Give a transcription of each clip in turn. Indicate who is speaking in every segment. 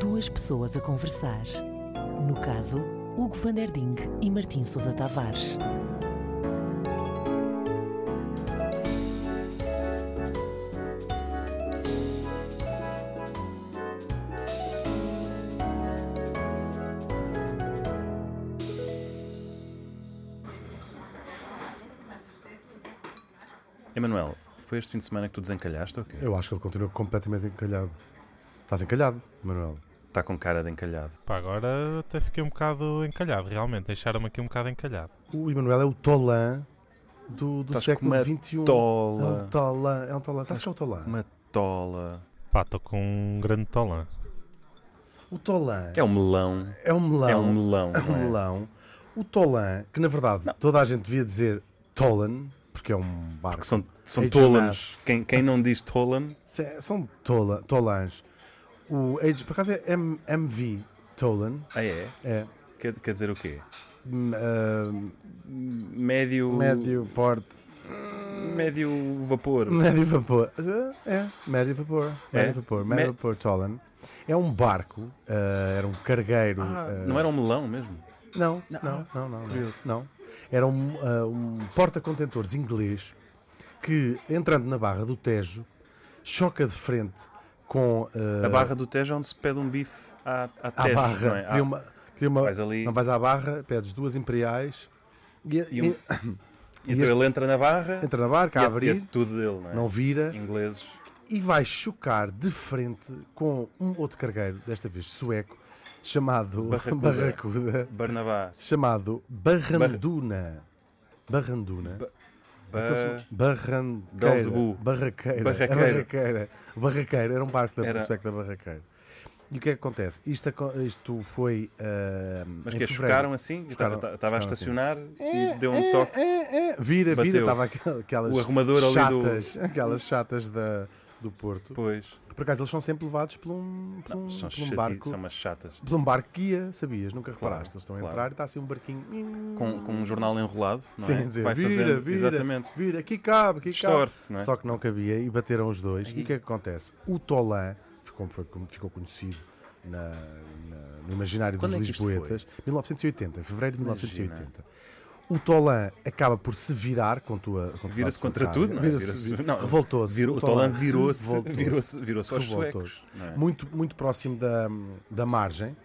Speaker 1: duas pessoas a conversar. No caso, Hugo van der Ding e Martim Sousa Tavares.
Speaker 2: Emanuel, foi este fim de semana que tu desencalhaste ou quê?
Speaker 3: Eu acho que ele continua completamente encalhado. Estás encalhado, Manuel.
Speaker 2: Está Tá com cara de encalhado.
Speaker 4: Pá, agora até fiquei um bocado encalhado, realmente. Deixaram-me aqui um bocado encalhado.
Speaker 3: O Emanuel é o Tolan do, do
Speaker 2: Estás
Speaker 3: século
Speaker 2: com uma
Speaker 3: XXI.
Speaker 2: tola.
Speaker 3: É um Tolan. É um Tolan. Sabes o que é o Tolan?
Speaker 2: Uma tola.
Speaker 4: Pá, estou com um grande tolã.
Speaker 3: O Tolan
Speaker 2: É um melão.
Speaker 3: é um melão.
Speaker 2: É um melão.
Speaker 3: É um
Speaker 2: não é?
Speaker 3: melão. O Tolan, que na verdade toda a gente devia dizer Tolan, porque é um barco.
Speaker 2: Porque são, são
Speaker 3: H&S.
Speaker 2: tolans. Quem, quem não diz tolan,
Speaker 3: Se- é- São tola, Tolans. O Age, por acaso é M- MV Tolan.
Speaker 2: ah, é?
Speaker 3: É.
Speaker 2: Quer, quer dizer o quê?
Speaker 3: M- ah,
Speaker 2: Médio.
Speaker 3: médio porte.
Speaker 2: médio vapor.
Speaker 3: Médio vapor. É, médio vapor. Médio
Speaker 2: É?
Speaker 3: vapor. Médio
Speaker 2: Me-
Speaker 3: vapor Tolan. É um barco, ah, era um cargueiro.
Speaker 2: Ah,
Speaker 3: ah,
Speaker 2: não era um melão mesmo?
Speaker 3: Não, não, não, não. não,
Speaker 2: curioso.
Speaker 3: Não. Era um, ah, um porta-contentores inglês que, entrando na barra do Tejo, choca de frente com ah,
Speaker 2: A barra do Tejo é onde se pede um bife à, à
Speaker 3: à
Speaker 2: Tejo,
Speaker 3: barra.
Speaker 2: não é?
Speaker 3: Cria
Speaker 2: À-
Speaker 3: uma, cria uma-
Speaker 2: Vais ali-
Speaker 3: Não vais à barra, pedes duas imperiais e,
Speaker 2: E um- e
Speaker 3: e-
Speaker 2: então
Speaker 3: este-
Speaker 2: ele entra na barra
Speaker 3: entra na barca
Speaker 2: e
Speaker 3: a
Speaker 2: é-
Speaker 3: abrir,
Speaker 2: e é tudo dele, não é?
Speaker 3: não vira
Speaker 2: Ingleses.
Speaker 3: e vai chocar de frente com um outro cargueiro, desta vez sueco, chamado
Speaker 2: Barracuda.
Speaker 3: Barracuda,
Speaker 2: Barnabás.
Speaker 3: chamado Barranduna. Barranduna. É Aqueles-
Speaker 2: Ba-
Speaker 3: Barranqueira.
Speaker 2: Belzebu.
Speaker 3: Barraqueira.
Speaker 2: Barraqueiro.
Speaker 3: A Barraqueira. Barraqueira. Era um barco da
Speaker 2: Era.
Speaker 3: sueco da Barraqueira. E o que é que acontece? Isto, aco- isto foi. ah,
Speaker 2: Mas
Speaker 3: em
Speaker 2: que é,
Speaker 3: fevereiro.
Speaker 2: chocaram assim?
Speaker 3: Chocaram-
Speaker 2: Estava a
Speaker 3: chocaram assim.
Speaker 2: estacionar e deu um toque.
Speaker 3: É, é. Vira, vira.
Speaker 2: Bateu.
Speaker 3: Estava aquel- aquelas.
Speaker 2: O arrumador ali do-
Speaker 3: chatas, Aquelas chatas da, do Porto.
Speaker 2: Pois.
Speaker 3: Por acaso eles são sempre levados por um, por um,
Speaker 2: São,
Speaker 3: por um
Speaker 2: chati-
Speaker 3: barco.
Speaker 2: são umas chatas.
Speaker 3: Por um barco guia, sabias? Nunca
Speaker 2: Claro,
Speaker 3: reparaste. Eles estão a
Speaker 2: claro.
Speaker 3: entrar e está assim um barquinho.
Speaker 2: Com, com um jornal enrolado, não
Speaker 3: Sim,
Speaker 2: é?
Speaker 3: a dizer,
Speaker 2: Vai
Speaker 3: vira,
Speaker 2: fazendo.
Speaker 3: vira,
Speaker 2: Exatamente.
Speaker 3: vira, aqui cabe, aqui cabe.
Speaker 2: Distorce, não é?
Speaker 3: Só que não cabia e bateram os dois. E
Speaker 2: Ai.
Speaker 3: o que é que acontece? O Tolan ficou, foi- ficou conhecido na- na- no imaginário
Speaker 2: Quando
Speaker 3: dos
Speaker 2: é que isto foi?
Speaker 3: Lisboetas, 1980, em fevereiro de
Speaker 2: Imagina.
Speaker 3: 1980. O Tolan acaba por se virar com tua. com tua
Speaker 2: Vira-se contra
Speaker 3: adversária.
Speaker 2: tudo, não é?
Speaker 3: Vira-se-
Speaker 2: Vira-se-
Speaker 3: vi-
Speaker 2: não,
Speaker 3: Revoltou-se.
Speaker 2: virou- o Tolan virou-se-
Speaker 3: revoltou-se,
Speaker 2: virou-se- virou-se aos
Speaker 3: revoltou-se.
Speaker 2: suecos, não é?
Speaker 3: Muito, muito próximo da, da margem,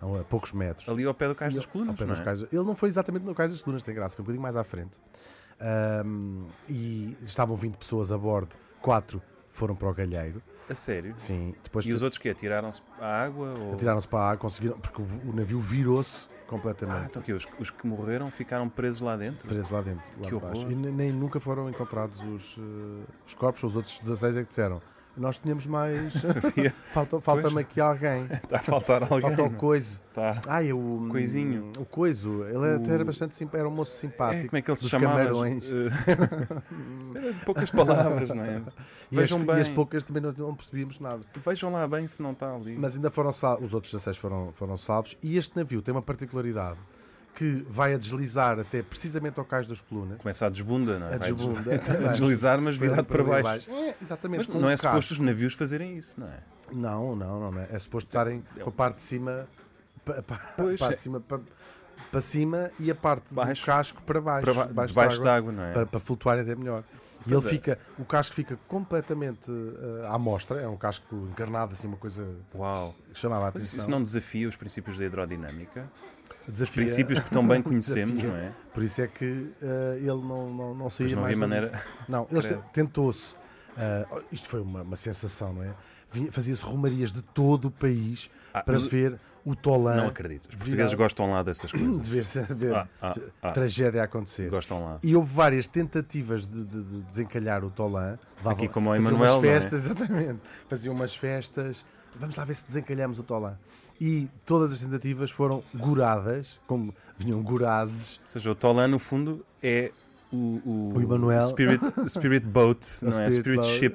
Speaker 3: a poucos metros.
Speaker 2: Ali ao pé do cais das
Speaker 3: Ao
Speaker 2: colunas,
Speaker 3: pé
Speaker 2: não
Speaker 3: dos
Speaker 2: é?
Speaker 3: cais- Ele não foi exatamente no Cais das Colunas, tem graça, foi um bocadinho mais à frente. Ahm, e estavam 20 pessoas a bordo, 4 foram para o galheiro.
Speaker 2: A sério.
Speaker 3: Sim, É depois
Speaker 2: E os outros quê? Tiraram-se à água? Ou...
Speaker 3: tiraram-se para a água, conseguiram, porque o, o navio virou-se
Speaker 2: Ah,
Speaker 3: completamente.
Speaker 2: então aqui, os, os que morreram ficaram presos lá dentro?
Speaker 3: Preso lá dentro, lá
Speaker 2: Ah, Que
Speaker 3: de baixo.
Speaker 2: horror.
Speaker 3: E ne- nem nunca foram encontrados os, eh, os corpos, os outros 16 é que disseram. Nós tínhamos mais.
Speaker 2: Havia-
Speaker 3: Falta- Falta-me aqui alguém.
Speaker 2: Está a faltar alguém.
Speaker 3: Falta o
Speaker 2: não é?
Speaker 3: coiso.
Speaker 2: Tá.
Speaker 3: Ai, o.
Speaker 2: Coisinho.
Speaker 3: O coiso. Ele até era bastante simpático. Era um moço simpático.
Speaker 2: É, como é que ele se
Speaker 3: dos
Speaker 2: chamava?
Speaker 3: Camarões.
Speaker 2: Eh, Poucas palavras, não é?
Speaker 3: E as,
Speaker 2: Vejam
Speaker 3: e as
Speaker 2: bem.
Speaker 3: poucas também não, não percebíamos nada.
Speaker 2: Vejam lá bem se não está ali.
Speaker 3: Mas ainda foram salvos, os outros 16 foram, foram salvos. E este navio tem uma particularidade que vai a deslizar até precisamente ao cais das colunas.
Speaker 2: Começa a desbunda, não é?
Speaker 3: A
Speaker 2: Vai des-
Speaker 3: desbunda.
Speaker 2: a deslizar, mas virado para
Speaker 3: ali
Speaker 2: baixo.
Speaker 3: É, exatamente.
Speaker 2: Mas
Speaker 3: com
Speaker 2: não
Speaker 3: um
Speaker 2: é
Speaker 3: casco.
Speaker 2: suposto os navios fazerem isso, não é?
Speaker 3: Não, não, não, não é. É suposto estarem com a parte de cima. pa- pa-
Speaker 2: Pois,
Speaker 3: a parte
Speaker 2: é.
Speaker 3: de cima pa- para cima e a parte
Speaker 2: Baixo.
Speaker 3: do casco para baixo.
Speaker 2: Para ba-
Speaker 3: debaixo
Speaker 2: debaixo
Speaker 3: da
Speaker 2: d'água,
Speaker 3: água,
Speaker 2: não é?
Speaker 3: Para, para flutuar até melhor. E
Speaker 2: Pois
Speaker 3: ele
Speaker 2: é.
Speaker 3: fica, o casco fica completamente eh, à mostra, é um casco encarnado, assim, uma coisa
Speaker 2: Uau!
Speaker 3: que chamava a
Speaker 2: Mas isso,
Speaker 3: atenção.
Speaker 2: isso não desafia os princípios da hidrodinâmica?
Speaker 3: Desafia.
Speaker 2: Princípios que tão bem conhecemos,
Speaker 3: Desafia.
Speaker 2: não é?
Speaker 3: Por isso é que eh, ele não, não, não saía
Speaker 2: Mas não
Speaker 3: mais. um
Speaker 2: havia
Speaker 3: dali.
Speaker 2: maneira.
Speaker 3: Não, ele
Speaker 2: Credo.
Speaker 3: tentou-se. ah, oh, isto foi uma, uma sensação, não é? Vinha- Fazia-se romarias de todo o país
Speaker 2: Ah,
Speaker 3: para
Speaker 2: mas o-
Speaker 3: ver o Tolan.
Speaker 2: Não acredito. Os portugueses
Speaker 3: virar-
Speaker 2: gostam lá dessas coisas.
Speaker 3: de ver, de ver
Speaker 2: Ah, ah, ah.
Speaker 3: tragédia a acontecer.
Speaker 2: Gostam lá.
Speaker 3: E houve várias tentativas de, de- de desencalhar o Tolan. Levavam-
Speaker 2: Aqui como ao
Speaker 3: faziam
Speaker 2: Emanuel,
Speaker 3: umas
Speaker 2: não é?
Speaker 3: festas, exatamente. Faziam umas festas. Vamos lá ver se desencalhamos o Tolan. E todas as tentativas foram goradas, como vinham gorazes.
Speaker 2: Ou seja, o Tolan, no fundo, é o, o,
Speaker 3: O Emanuel.
Speaker 2: Spirit, Spirit Boat, não é? Spirit
Speaker 3: boat.
Speaker 2: Ship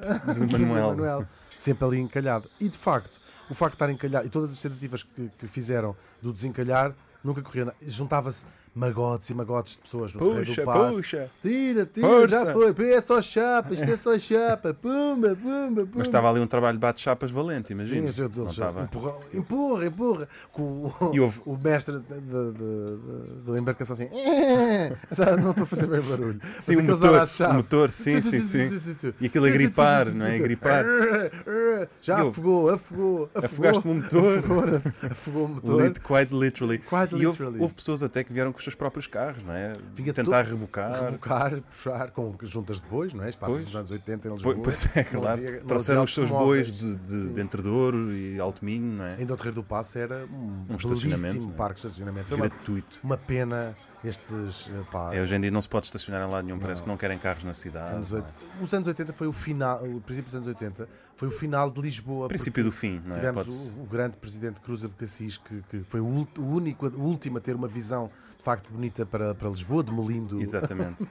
Speaker 2: do Emanuel.
Speaker 3: Manuel, Sempre ali encalhado. E de facto, o facto de estar encalhado e todas as tentativas que, que fizeram do desencalhar nunca correram. nada. Juntava-se magotes e magotes de pessoas no
Speaker 2: Puxa,
Speaker 3: terreiro do passo.
Speaker 2: puxa.
Speaker 3: Tira, tira, já
Speaker 2: Força.
Speaker 3: foi. É só chapa, isto é só chapa. Pumba, pumba, pumba.
Speaker 2: Mas estava ali um trabalho de bate-chapas valente,
Speaker 3: Sim,
Speaker 2: imagina.
Speaker 3: eu, um
Speaker 2: Não estava.
Speaker 3: empurra, empurra, empurra. Com o,
Speaker 2: E houve-
Speaker 3: o mestre da- da- da- da embarcação assim. "Eh", sabe, não estou a fazer bem barulho. Mas
Speaker 2: Sim, o
Speaker 3: aqueles
Speaker 2: motor,
Speaker 3: lá à chave.
Speaker 2: o motor, sim, sim, sim. E aquilo a gripar, não é? A gripar.
Speaker 3: Eh, Já
Speaker 2: E houve-
Speaker 3: afogou, afogou, afogou.
Speaker 2: Afogaste-me o motor.
Speaker 3: Afogou, afogou o motor.
Speaker 2: Lit, quite literally.
Speaker 3: Quite
Speaker 2: e houve,
Speaker 3: literally.
Speaker 2: houve pessoas até que vieram com os seus próprios carros, não é?
Speaker 3: Vinha
Speaker 2: Tentar
Speaker 3: todo-
Speaker 2: rebocar.
Speaker 3: Rebocar, puxar com juntas de bois, não é? Isto passa
Speaker 2: Pois.
Speaker 3: nos anos 80 em Lisboa.
Speaker 2: Pois, pois é,
Speaker 3: Não
Speaker 2: claro.
Speaker 3: havia- não
Speaker 2: Trouxeram
Speaker 3: havia
Speaker 2: os seus
Speaker 3: automóveis.
Speaker 2: bois de, de, de entre Douro e Alto Minho, não é?
Speaker 3: Ainda o Terreiro do Passo era um,
Speaker 2: Um estacionamento,
Speaker 3: belíssimo
Speaker 2: né?
Speaker 3: parque de estacionamento. Foi uma,
Speaker 2: Gratuito.
Speaker 3: uma pena estes. eh, Pá,
Speaker 2: É, hoje em dia não se pode estacionar em lado nenhum, parece que não querem carros na cidade.
Speaker 3: anos
Speaker 2: não é?
Speaker 3: oit- Os anos 80 foi o final, o princípio dos anos 80 foi o final de Lisboa.
Speaker 2: Princípio
Speaker 3: porque
Speaker 2: do fim, não é?
Speaker 3: Tivemos
Speaker 2: Pode-se-
Speaker 3: o, o grande presidente Cruz Abcacis, que, que foi o, ult- o único, o último a ter uma visão de facto bonita para, para Lisboa, demolindo
Speaker 2: Exatamente.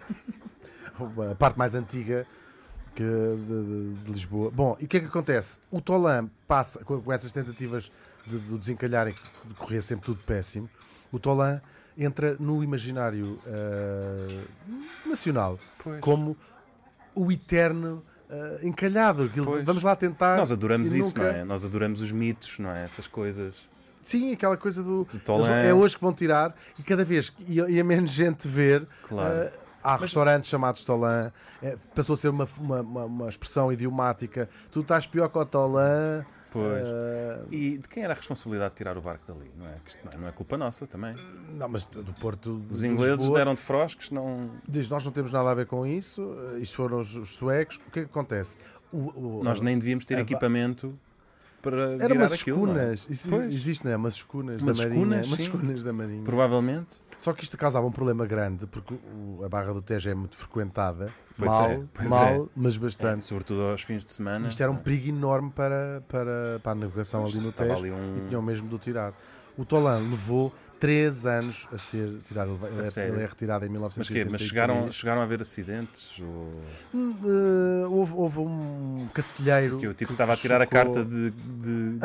Speaker 3: a parte mais antiga que de, de- de Lisboa. Bom, e o que é que acontece? O Tolan passa, com, com essas tentativas de, do desencalhar e que corria sempre tudo péssimo, o Tolan entra no imaginário eh, nacional
Speaker 2: Pois.
Speaker 3: como o eterno eh, encalhado. Aquilo,
Speaker 2: Pois.
Speaker 3: Vamos lá tentar.
Speaker 2: Nós adoramos
Speaker 3: e
Speaker 2: isso,
Speaker 3: nunca-
Speaker 2: não é? Nós adoramos os mitos, não é? Essas coisas.
Speaker 3: Sim, aquela coisa do.
Speaker 2: De Tolan.
Speaker 3: É hoje que vão tirar e cada vez que- e, e a menos gente ver.
Speaker 2: Claro.
Speaker 3: eh, há restaurantes chamados Tolan, eh, passou a ser uma, uma, uma- uma expressão idiomática. Tu estás pior que o Tolan.
Speaker 2: Pois.
Speaker 3: eh,
Speaker 2: E de quem era a responsabilidade de tirar o barco dali? Não é, Que isto não é, não é culpa nossa também.
Speaker 3: não, mas do Porto. de-
Speaker 2: Os
Speaker 3: de
Speaker 2: ingleses
Speaker 3: Lisboa,
Speaker 2: deram de frosques, não.
Speaker 3: Diz, nós não temos nada a ver com isso. eh, Isto foram os, os suecos. O que é que acontece? O- o-
Speaker 2: Nós nem devíamos ter
Speaker 3: Ah, bah.
Speaker 2: equipamento para
Speaker 3: Era
Speaker 2: virar
Speaker 3: umas
Speaker 2: aquilo. não é?
Speaker 3: escunas. Isso
Speaker 2: Pois.
Speaker 3: existe, não é? Umas escunas
Speaker 2: Umas
Speaker 3: da Marinha.
Speaker 2: escunas,
Speaker 3: umas
Speaker 2: sim.
Speaker 3: escunas da Marinha.
Speaker 2: Provavelmente.
Speaker 3: Só que isto causava um problema grande, porque o- a Barra do Tejo é muito frequentada.
Speaker 2: Pois
Speaker 3: mal,
Speaker 2: é, pois
Speaker 3: mal, mas
Speaker 2: É,
Speaker 3: bastante.
Speaker 2: sobretudo aos fins de semana.
Speaker 3: Isto era um
Speaker 2: não é?
Speaker 3: perigo enorme para, para, para a navegação ali no
Speaker 2: Estava
Speaker 3: Tejo
Speaker 2: ali um-
Speaker 3: e tinham mesmo de o tirar. O Tolan levou 3 anos a ser tirado. Ele,
Speaker 2: A
Speaker 3: ele é,
Speaker 2: sério?
Speaker 3: ele é retirado em
Speaker 2: Mas
Speaker 3: 1983.
Speaker 2: quê? Mas chegaram, chegaram a haver acidentes? Ou...
Speaker 3: Hum, eh, houve, houve um cacilheiro.
Speaker 2: Que eu tipo
Speaker 3: que
Speaker 2: estava a tirar a
Speaker 3: chocou-
Speaker 2: carta de, de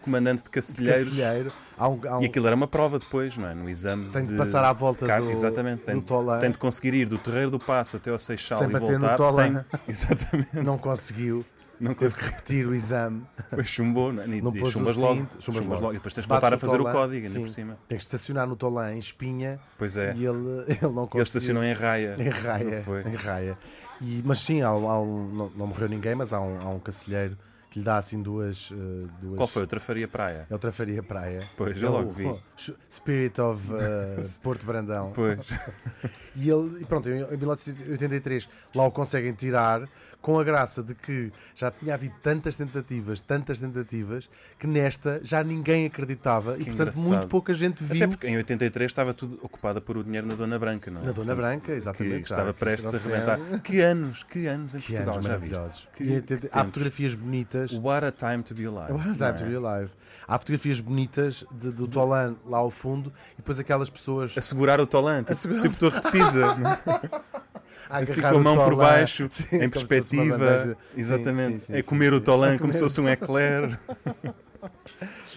Speaker 2: comandante de
Speaker 3: de
Speaker 2: cacilheiros.
Speaker 3: cacilheiro. Há um, há um-
Speaker 2: E aquilo era uma prova depois, não é? No exame.
Speaker 3: Tem de passar à volta
Speaker 2: Car-
Speaker 3: do-
Speaker 2: Exatamente. Tem,
Speaker 3: do Tolan.
Speaker 2: tem de conseguir ir do Terreiro do Passo até ao Seixal
Speaker 3: Sem
Speaker 2: e
Speaker 3: bater no
Speaker 2: voltar
Speaker 3: Tolan.
Speaker 2: sem. Exatamente.
Speaker 3: Não conseguiu.
Speaker 2: Não
Speaker 3: Teve que
Speaker 2: consegui.
Speaker 3: repetir o exame.
Speaker 2: Foi chumbou, não é? E,
Speaker 3: Não
Speaker 2: e
Speaker 3: pôs o
Speaker 2: chumbas logo.
Speaker 3: cinto, chumbas logo.
Speaker 2: E depois tens de
Speaker 3: Bates
Speaker 2: voltar a
Speaker 3: no
Speaker 2: fazer
Speaker 3: Tolan,
Speaker 2: o código, ainda
Speaker 3: sim.
Speaker 2: por cima.
Speaker 3: Tem que estacionar no Tolan em Espinha
Speaker 2: Pois é.
Speaker 3: e ele, ele não conseguiu.
Speaker 2: Ele estacionou em raia.
Speaker 3: Em raia.
Speaker 2: Não foi?
Speaker 3: Em raia. E, mas sim, há, um- há um- não, não morreu ninguém, mas há um, há um cacilheiro que lhe dá assim duas. eh, duas
Speaker 2: Qual foi? Outra faria praia.
Speaker 3: É o Trafaria Praia.
Speaker 2: Pois,
Speaker 3: É
Speaker 2: eu
Speaker 3: o-
Speaker 2: logo vi.
Speaker 3: Spirit of eh, Porto Brandão.
Speaker 2: Pois.
Speaker 3: E ele, e pronto, em em 1983 lá o conseguem tirar, com a graça de que já tinha havido tantas tentativas, tantas tentativas, que nesta já ninguém acreditava e,
Speaker 2: Que
Speaker 3: portanto,
Speaker 2: engraçado.
Speaker 3: muito pouca gente
Speaker 2: Até
Speaker 3: viu.
Speaker 2: porque em 83 estava tudo ocupada por o dinheiro na Dona Branca, não é?
Speaker 3: Na Dona
Speaker 2: Portanto,
Speaker 3: Branca,
Speaker 2: Que
Speaker 3: exatamente. já,
Speaker 2: estava
Speaker 3: que
Speaker 2: prestes a
Speaker 3: trouxeram.
Speaker 2: arrebentar. Que anos, que anos em
Speaker 3: Que
Speaker 2: Portugal
Speaker 3: anos
Speaker 2: já viste?
Speaker 3: maravilhosos. E em
Speaker 2: Que,
Speaker 3: 80
Speaker 2: que
Speaker 3: há
Speaker 2: tempos.
Speaker 3: fotografias bonitas.
Speaker 2: What a time to be alive.
Speaker 3: What a time to be
Speaker 2: não é? Uhum.
Speaker 3: alive. Há fotografias bonitas de- do Tolan lá ao fundo e depois aquelas pessoas
Speaker 2: Assegurar o Tolan, tipo,
Speaker 3: Assegurar o
Speaker 2: tipo Torre de Pisa, não é?
Speaker 3: a
Speaker 2: assim
Speaker 3: agarrar
Speaker 2: com a
Speaker 3: o
Speaker 2: mão por
Speaker 3: Tolan.
Speaker 2: baixo,
Speaker 3: Sim,
Speaker 2: em
Speaker 3: como se fosse uma
Speaker 2: perspectiva.
Speaker 3: bandeja. Sim,
Speaker 2: Exatamente.
Speaker 3: sim, sim,
Speaker 2: é
Speaker 3: sim,
Speaker 2: comer
Speaker 3: sim.
Speaker 2: o Tolan como se fosse um eclair.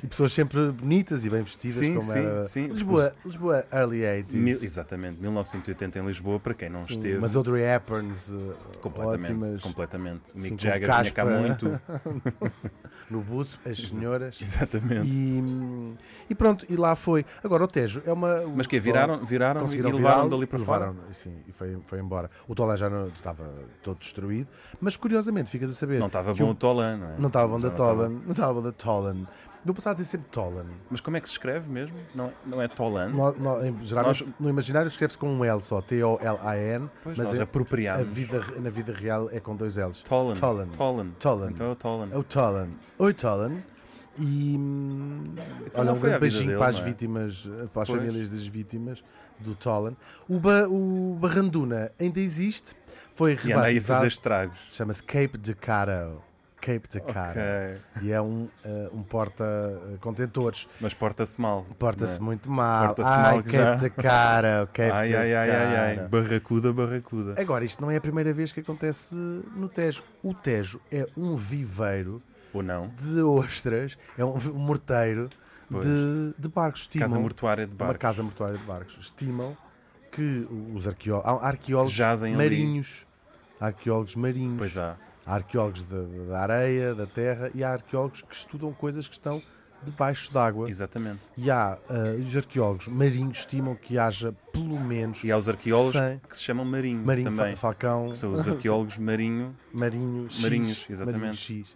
Speaker 3: E pessoas sempre bonitas e bem vestidas,
Speaker 2: Sim,
Speaker 3: como
Speaker 2: sim,
Speaker 3: era.
Speaker 2: sim.
Speaker 3: Lisboa, Lisboa early 80s.
Speaker 2: Mil- exatamente, 1980 em Lisboa, para quem não
Speaker 3: Sim,
Speaker 2: esteve.
Speaker 3: Mas Audrey Hepburns, eh,
Speaker 2: completamente.
Speaker 3: ótimas. assim,
Speaker 2: completamente. O Mick
Speaker 3: com
Speaker 2: Jagger tinha
Speaker 3: caspa.
Speaker 2: cá muito.
Speaker 3: No buço, as senhoras.
Speaker 2: Exatamente.
Speaker 3: E, e pronto, e lá foi. Agora o Tejo é uma. o
Speaker 2: Mas que
Speaker 3: Tolan-
Speaker 2: viraram, viraram e
Speaker 3: conseguiram
Speaker 2: levaram
Speaker 3: virá-lo,
Speaker 2: dali para fora.
Speaker 3: levaram, Sim, e foi, foi embora. O Tolan já não, estava todo destruído, mas curiosamente, ficas a saber.
Speaker 2: Não estava
Speaker 3: que o-
Speaker 2: bom o Tolan, não é?
Speaker 3: Não estava bom da
Speaker 2: Já não estava-
Speaker 3: Tolan. Não estava bom da Tolan. No passado dizia sempre Tolan.
Speaker 2: Mas como é que se escreve mesmo? Não é, não é Tolan?
Speaker 3: No, no, em- geralmente
Speaker 2: Nós-
Speaker 3: no imaginário escreve-se com um L só, T-O-L-A-N,
Speaker 2: Pois
Speaker 3: mas
Speaker 2: nós
Speaker 3: é- a
Speaker 2: apropriámos.
Speaker 3: vida, na vida real é com dois L's.
Speaker 2: Tolan.
Speaker 3: Tolan.
Speaker 2: Tolan.
Speaker 3: Tolan.
Speaker 2: Então é o Tolan.
Speaker 3: É o Tolan. Oi, Tolan. E. hum,
Speaker 2: Então
Speaker 3: olha,
Speaker 2: não
Speaker 3: um
Speaker 2: foi
Speaker 3: grande
Speaker 2: à vida
Speaker 3: beijinho
Speaker 2: dele,
Speaker 3: para as
Speaker 2: não é?
Speaker 3: vítimas, para
Speaker 2: Pois.
Speaker 3: as famílias das vítimas do Tolan. O, ba, o Barranduna ainda existe, foi
Speaker 2: E anda aí a
Speaker 3: rebatizado.
Speaker 2: fazer estragos.
Speaker 3: Chama-se Cape de Caro. Cape de Caro.
Speaker 2: Ok.
Speaker 3: E é um, eh, um porta-contentores.
Speaker 2: Mas porta-se mal.
Speaker 3: Porta-se
Speaker 2: não é?
Speaker 3: muito mal.
Speaker 2: Porta-se
Speaker 3: ai,
Speaker 2: mal que
Speaker 3: Cape
Speaker 2: já.
Speaker 3: de Caro. Cape
Speaker 2: Ai,
Speaker 3: de
Speaker 2: ai, ai, ai, ai.
Speaker 3: Caro.
Speaker 2: Barracuda, barracuda.
Speaker 3: Agora, isto não é a primeira vez que acontece no Tejo. O Tejo é um viveiro
Speaker 2: Ou não?
Speaker 3: de ostras, é um, um morteiro
Speaker 2: Pois.
Speaker 3: de, de barcos. Estimam, é
Speaker 2: Casa mortuária de
Speaker 3: Uma
Speaker 2: barco.
Speaker 3: casa mortuária de barcos. Estimam que os arqueólogos. Há arqueólogos
Speaker 2: Jazem ali.
Speaker 3: marinhos. Há Arqueólogos marinhos.
Speaker 2: Pois há.
Speaker 3: Há arqueólogos da, da- da areia, da terra e há arqueólogos que estudam coisas que estão debaixo d'água.
Speaker 2: Exatamente.
Speaker 3: E há ah, os arqueólogos marinhos estimam que haja pelo menos
Speaker 2: E há os arqueólogos
Speaker 3: Sei.
Speaker 2: que se chamam marinho,
Speaker 3: marinho fa-
Speaker 2: também.
Speaker 3: falcão,
Speaker 2: que são os arqueólogos marinho.
Speaker 3: marinho X,
Speaker 2: Marinhos,
Speaker 3: marinho
Speaker 2: exatamente.
Speaker 3: X,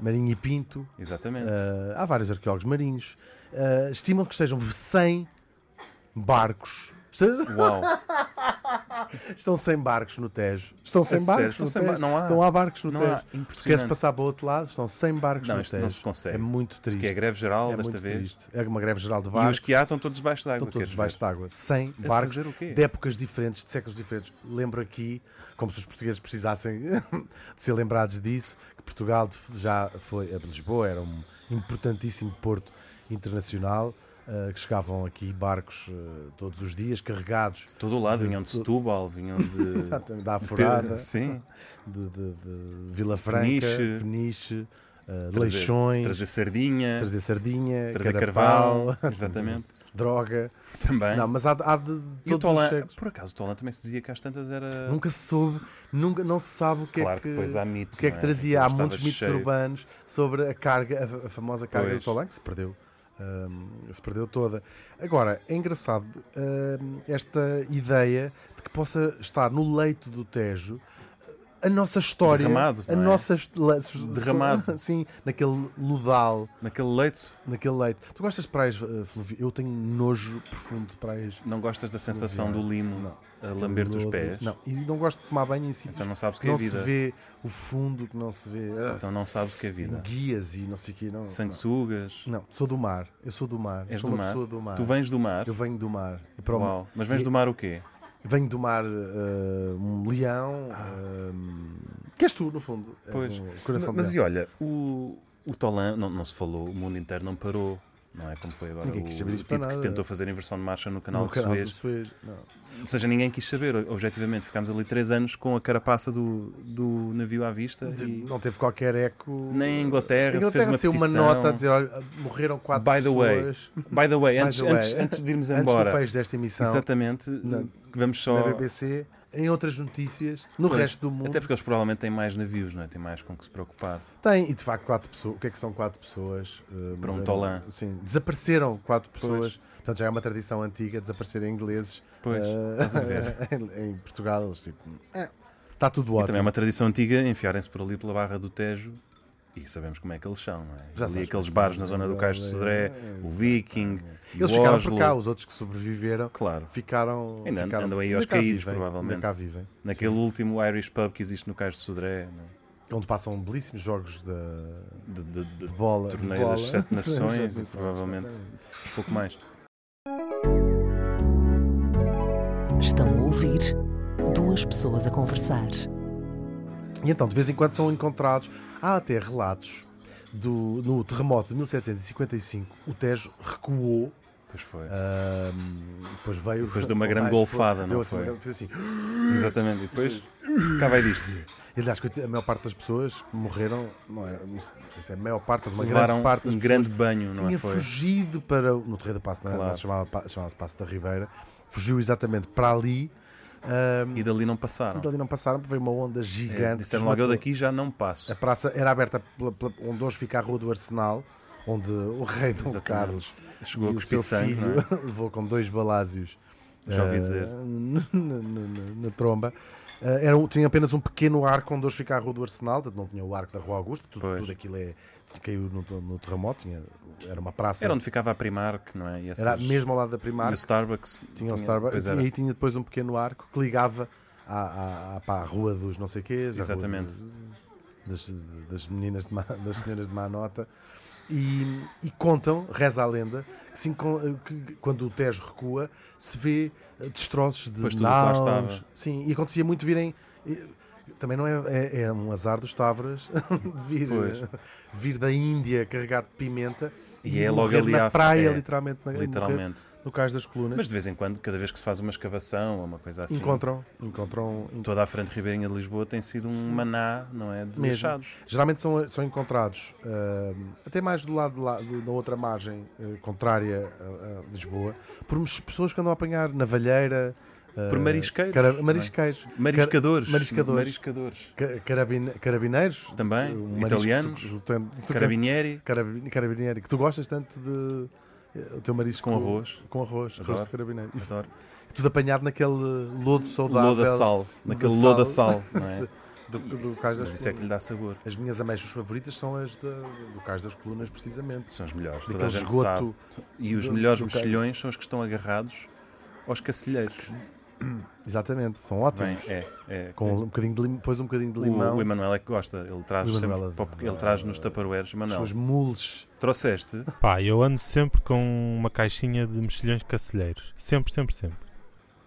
Speaker 3: marinho e pinto.
Speaker 2: Exatamente.
Speaker 3: Ah, há vários arqueólogos marinhos. Ah, estimam que estejam 100 barcos. Estão-
Speaker 2: Uau.
Speaker 3: Estão 100 barcos no Tejo. Estão 100
Speaker 2: É sério?
Speaker 3: barcos
Speaker 2: Estão
Speaker 3: no
Speaker 2: 100
Speaker 3: Tejo.
Speaker 2: ba- não há-
Speaker 3: Não há barcos no
Speaker 2: não
Speaker 3: Tejo.
Speaker 2: há.
Speaker 3: Se quer-se
Speaker 2: Impressionante.
Speaker 3: passar para o outro lado, estão 100 barcos
Speaker 2: Não,
Speaker 3: no
Speaker 2: isto
Speaker 3: Tejo.
Speaker 2: não se consegue.
Speaker 3: É muito triste.
Speaker 2: Porque é greve geral
Speaker 3: É
Speaker 2: desta
Speaker 3: muito
Speaker 2: vez.
Speaker 3: triste. É uma greve geral de
Speaker 2: E os
Speaker 3: barcos.
Speaker 2: que há estão todos debaixo d'água.
Speaker 3: Estão Então todos
Speaker 2: queres
Speaker 3: debaixo
Speaker 2: ver?
Speaker 3: de água. 100
Speaker 2: é A
Speaker 3: barcos
Speaker 2: fazer o quê?
Speaker 3: de épocas diferentes, de séculos diferentes. Lembro aqui, como se os portugueses precisassem de ser lembrados disso, que Portugal de- já foi. a Lisboa era um importantíssimo porto internacional, ah, que chegavam aqui barcos ah, todos os dias, carregados
Speaker 2: De todo o lado,
Speaker 3: De
Speaker 2: vinham de
Speaker 3: todo-
Speaker 2: Setúbal, vinham de.
Speaker 3: da
Speaker 2: de Pe-
Speaker 3: Aforada,
Speaker 2: Sim,
Speaker 3: de, de- de Vila Franca,
Speaker 2: Peniche.
Speaker 3: Peniche, ah, Leixões,
Speaker 2: trazer sardinha,
Speaker 3: trazer sardinha,
Speaker 2: trazer
Speaker 3: carapau,
Speaker 2: carvão, exatamente,
Speaker 3: droga.
Speaker 2: também.
Speaker 3: Não, mas há, há de, de
Speaker 2: e o
Speaker 3: todos os
Speaker 2: Tolan,
Speaker 3: séculos.
Speaker 2: por acaso, o Tolan também se dizia que às tantas era.
Speaker 3: Nunca se soube, nunca, não se sabe o que
Speaker 2: claro
Speaker 3: é que,
Speaker 2: depois há mitos.
Speaker 3: o que, é
Speaker 2: não
Speaker 3: que trazia.
Speaker 2: Aquilo
Speaker 3: Há
Speaker 2: estava
Speaker 3: muitos mitos
Speaker 2: cheio.
Speaker 3: urbanos sobre a carga, a, a famosa carga
Speaker 2: Pois.
Speaker 3: do Tolan, que se perdeu. hum, se perdeu toda. Agora, é engraçado hum, esta ideia de que possa estar no leito do Tejo a nossa história,
Speaker 2: Derramado,
Speaker 3: a
Speaker 2: não é?
Speaker 3: nossa his- la- s-
Speaker 2: Derramado.
Speaker 3: sim, naquele ludal,
Speaker 2: Naquele leito,
Speaker 3: naquele leito. Tu gostas de praias eh, fluviais? Eu tenho nojo profundo de praias.
Speaker 2: não gostas da sensação do limo
Speaker 3: Não.
Speaker 2: a lamber-te os
Speaker 3: Lodo.
Speaker 2: pés?
Speaker 3: Não, e não gosto de tomar banho em sítios
Speaker 2: Então não sabes o
Speaker 3: que
Speaker 2: que é
Speaker 3: não se
Speaker 2: vida.
Speaker 3: vê o fundo, que não se vê ah,
Speaker 2: Então não sabes o que é vida.
Speaker 3: guias e não sei o quê. Não,
Speaker 2: Sanguessugas.
Speaker 3: não. não, sou do mar. Eu sou do mar.
Speaker 2: És
Speaker 3: sou
Speaker 2: do
Speaker 3: uma
Speaker 2: mar.
Speaker 3: pessoa do mar.
Speaker 2: Tu vens do mar.
Speaker 3: Eu venho do mar. E para o mar.
Speaker 2: Uau. Mas vens
Speaker 3: E-
Speaker 2: do mar o quê?
Speaker 3: Venho do mar ah, um leão. ah, que és tu, no fundo. És
Speaker 2: Pois.
Speaker 3: um coração
Speaker 2: mas
Speaker 3: de
Speaker 2: e
Speaker 3: leão.
Speaker 2: olha, o, o Tolan, não, não se falou, o mundo inteiro não parou. Não é como foi agora
Speaker 3: Ninguém
Speaker 2: o,
Speaker 3: quis saber
Speaker 2: o
Speaker 3: disso para
Speaker 2: tipo que
Speaker 3: nada.
Speaker 2: tentou fazer inversão de marcha no canal
Speaker 3: No
Speaker 2: de
Speaker 3: Um canal do
Speaker 2: Suez.
Speaker 3: Suez. Não.
Speaker 2: Ou seja, ninguém quis saber, objetivamente. Ficámos ali três anos com a carapaça do, do navio à vista e
Speaker 3: não teve qualquer eco.
Speaker 2: nem a Inglaterra,
Speaker 3: Inglaterra
Speaker 2: se fez uma
Speaker 3: saiu uma
Speaker 2: petição.
Speaker 3: nota a dizer: olha, morreram quatro
Speaker 2: By the way,
Speaker 3: pessoas.
Speaker 2: By the way,
Speaker 3: By
Speaker 2: antes,
Speaker 3: the way,
Speaker 2: antes, antes de irmos
Speaker 3: antes do
Speaker 2: embora,
Speaker 3: fecho desta emissão.
Speaker 2: exatamente, que vamos só.
Speaker 3: na BBC, em outras notícias, no
Speaker 2: Pois,
Speaker 3: resto do mundo.
Speaker 2: Até porque eles provavelmente têm mais navios, não é? Têm mais com que se preocupar.
Speaker 3: Tem, e de facto, quatro pessoas. O que é que são quatro pessoas? eh,
Speaker 2: Para um
Speaker 3: morreram-
Speaker 2: Tolan.
Speaker 3: Sim, desapareceram quatro pessoas. Portanto, já é uma tradição antiga desaparecerem ingleses.
Speaker 2: Pois,
Speaker 3: eh,
Speaker 2: estás a ver.
Speaker 3: em, em Portugal, eles tipo. "Eh, Está tudo ótimo.
Speaker 2: Também é uma tradição antiga enfiarem-se por ali pela Barra do Tejo e sabemos como é que eles são, não é?
Speaker 3: Já
Speaker 2: ali
Speaker 3: sabes
Speaker 2: aqueles
Speaker 3: como
Speaker 2: bares
Speaker 3: são,
Speaker 2: na zona do
Speaker 3: é,
Speaker 2: Cais de
Speaker 3: é,
Speaker 2: Sodré,
Speaker 3: é,
Speaker 2: o Viking, e
Speaker 3: Eles
Speaker 2: o
Speaker 3: ficaram
Speaker 2: Oslo.
Speaker 3: por cá, os outros que sobreviveram
Speaker 2: Claro.
Speaker 3: ficaram.
Speaker 2: Ainda
Speaker 3: ficaram
Speaker 2: andam aí
Speaker 3: ainda
Speaker 2: aos
Speaker 3: cá
Speaker 2: caídos,
Speaker 3: vivem,
Speaker 2: provavelmente.
Speaker 3: Ainda cá vivem.
Speaker 2: Naquele último Irish pub que existe no Cais de Sodré, não é?
Speaker 3: Sim. Onde passam belíssimos jogos da,
Speaker 2: de, de- de-
Speaker 3: de bola. de
Speaker 2: torneio
Speaker 3: bola.
Speaker 2: das Sete Nações e
Speaker 3: Nações,
Speaker 2: provavelmente
Speaker 3: exatamente.
Speaker 2: um pouco mais.
Speaker 1: Estão a ouvir duas pessoas a conversar.
Speaker 3: E então, de vez em quando são encontrados. Há até relatos do, no terremoto de 1755. O Tejo recuou,
Speaker 2: Pois foi.
Speaker 3: Ah. ahm, depois veio.
Speaker 2: Depois deu uma grande
Speaker 3: mais-
Speaker 2: golfada, não
Speaker 3: deu assim
Speaker 2: foi?
Speaker 3: uma grande- fez assim.
Speaker 2: Exatamente. E depois cá vai disto.
Speaker 3: Aliás, que a maior parte das pessoas morreram, não, é, não sei se é a maior parte, mas uma
Speaker 2: Levaram
Speaker 3: grande parte das
Speaker 2: um
Speaker 3: pessoas
Speaker 2: grande banho, não é?
Speaker 3: tinha
Speaker 2: Foi.
Speaker 3: fugido para. o- No Terreiro da Passo, não, é?
Speaker 2: Claro.
Speaker 3: não se chamava, Pa- chamava-se Passo da Ribeira. Fugiu exatamente para ali. ahm,
Speaker 2: E dali não passaram.
Speaker 3: e dali não passaram, porque veio uma onda
Speaker 2: É,
Speaker 3: gigante. que
Speaker 2: disseram logo, eu
Speaker 3: esmatou-
Speaker 2: daqui já não
Speaker 3: A
Speaker 2: passo.
Speaker 3: praça era aberta pela- pela- onde hoje fica a Rua do Arsenal, onde o rei Dom
Speaker 2: Exatamente.
Speaker 3: Carlos
Speaker 2: Chegou
Speaker 3: e
Speaker 2: a
Speaker 3: o seu
Speaker 2: cuspir sangue,
Speaker 3: filho
Speaker 2: não é?
Speaker 3: levou com dois balásios
Speaker 2: Já ouvi
Speaker 3: eh,
Speaker 2: dizer.
Speaker 3: n- n- n- na tromba. Eh, era um- tinha apenas um pequeno arco onde hoje fica a Rua do Arsenal, portanto, não tinha o arco da Rua Augusta, tudo,
Speaker 2: Pois.
Speaker 3: tudo aquilo é, caiu no, no terremoto, tinha- era uma praça,
Speaker 2: Era um onde ficava a Primark, não é? E essas-
Speaker 3: era mesmo ao lado da
Speaker 2: E o
Speaker 3: Primark,
Speaker 2: Starbucks.
Speaker 3: tinha o
Speaker 2: pois
Speaker 3: Starbucks, e
Speaker 2: era.
Speaker 3: aí tinha depois um pequeno arco que ligava à, à, à, pá, à Rua dos não sei quê,
Speaker 2: Exatamente.
Speaker 3: das, das meninas de má, das senhoras de má nota e, e contam, reza a lenda que, se encon- que quando o Tejo recua se vê eh, destroços de
Speaker 2: Pois tudo o que lá
Speaker 3: naus
Speaker 2: estava.
Speaker 3: sim, e acontecia muito virem e- também não é, é, é um azar dos Tavras vir,
Speaker 2: Pois.
Speaker 3: vir da Índia carregado de pimenta
Speaker 2: E é logo
Speaker 3: morrer
Speaker 2: ali à-
Speaker 3: na praia
Speaker 2: é,
Speaker 3: literalmente, na, morrer
Speaker 2: Literalmente.
Speaker 3: no cais das colunas
Speaker 2: Mas de vez em quando, cada vez que se faz uma escavação ou uma coisa assim,
Speaker 3: encontram, encontram
Speaker 2: toda a frente ribeirinha de Lisboa tem sido um maná, não é? De
Speaker 3: Mesmo.
Speaker 2: lixados.
Speaker 3: Geralmente são, são encontrados ahm, até mais do lado de lá, do- da outra ah, margem eh, contrária a, a Lisboa por mes- pessoas que andam a apanhar navalheira, eh,
Speaker 2: Por marisqueiros,
Speaker 3: cara-
Speaker 2: não é?
Speaker 3: marisqueiros.
Speaker 2: Mariscadores.
Speaker 3: Cara- mariscadores.
Speaker 2: Mariscadores.
Speaker 3: Ca- carabine- carabineiros.
Speaker 2: Também,
Speaker 3: Um marisco
Speaker 2: italianos.
Speaker 3: que tu- tu- tu-
Speaker 2: Carabinieri,
Speaker 3: carabin- Carabinieri. Que tu gostas tanto de. eh, O teu marisco
Speaker 2: com arroz.
Speaker 3: Com arroz.
Speaker 2: Adoro.
Speaker 3: arroz de carabineiro. E
Speaker 2: Adoro.
Speaker 3: tudo apanhado naquele lodo saudável.
Speaker 2: Loda sal. Naquele
Speaker 3: sal.
Speaker 2: loda sal, não é?
Speaker 3: Do, do
Speaker 2: Isso,
Speaker 3: Cais
Speaker 2: mas
Speaker 3: das
Speaker 2: isso é que
Speaker 3: Colunas.
Speaker 2: lhe dá sabor.
Speaker 3: As minhas ameixas favoritas são as da- do Cais das Colunas, precisamente.
Speaker 2: São as melhores. Toda a
Speaker 3: Daquele
Speaker 2: gente
Speaker 3: esgoto.
Speaker 2: sabe. E os
Speaker 3: do-
Speaker 2: melhores
Speaker 3: do Caio.
Speaker 2: mexilhões são os que estão agarrados aos cacilheiros.
Speaker 3: Exatamente, são
Speaker 2: Vem,
Speaker 3: ótimos.
Speaker 2: é, é.
Speaker 3: Com um bocadinho de lim... Depois um bocadinho de
Speaker 2: O,
Speaker 3: limão.
Speaker 2: o Emanuel é que gosta, ele traz,
Speaker 3: O Emanuel é
Speaker 2: sempre,
Speaker 3: adora.
Speaker 2: ele traz nos taparoeiros.
Speaker 3: os
Speaker 2: Emanuel,
Speaker 3: seus mules.
Speaker 2: trouxeste?
Speaker 4: Pá, eu ando sempre com uma caixinha de mexilhões cacilheiros. Sempre, sempre, sempre.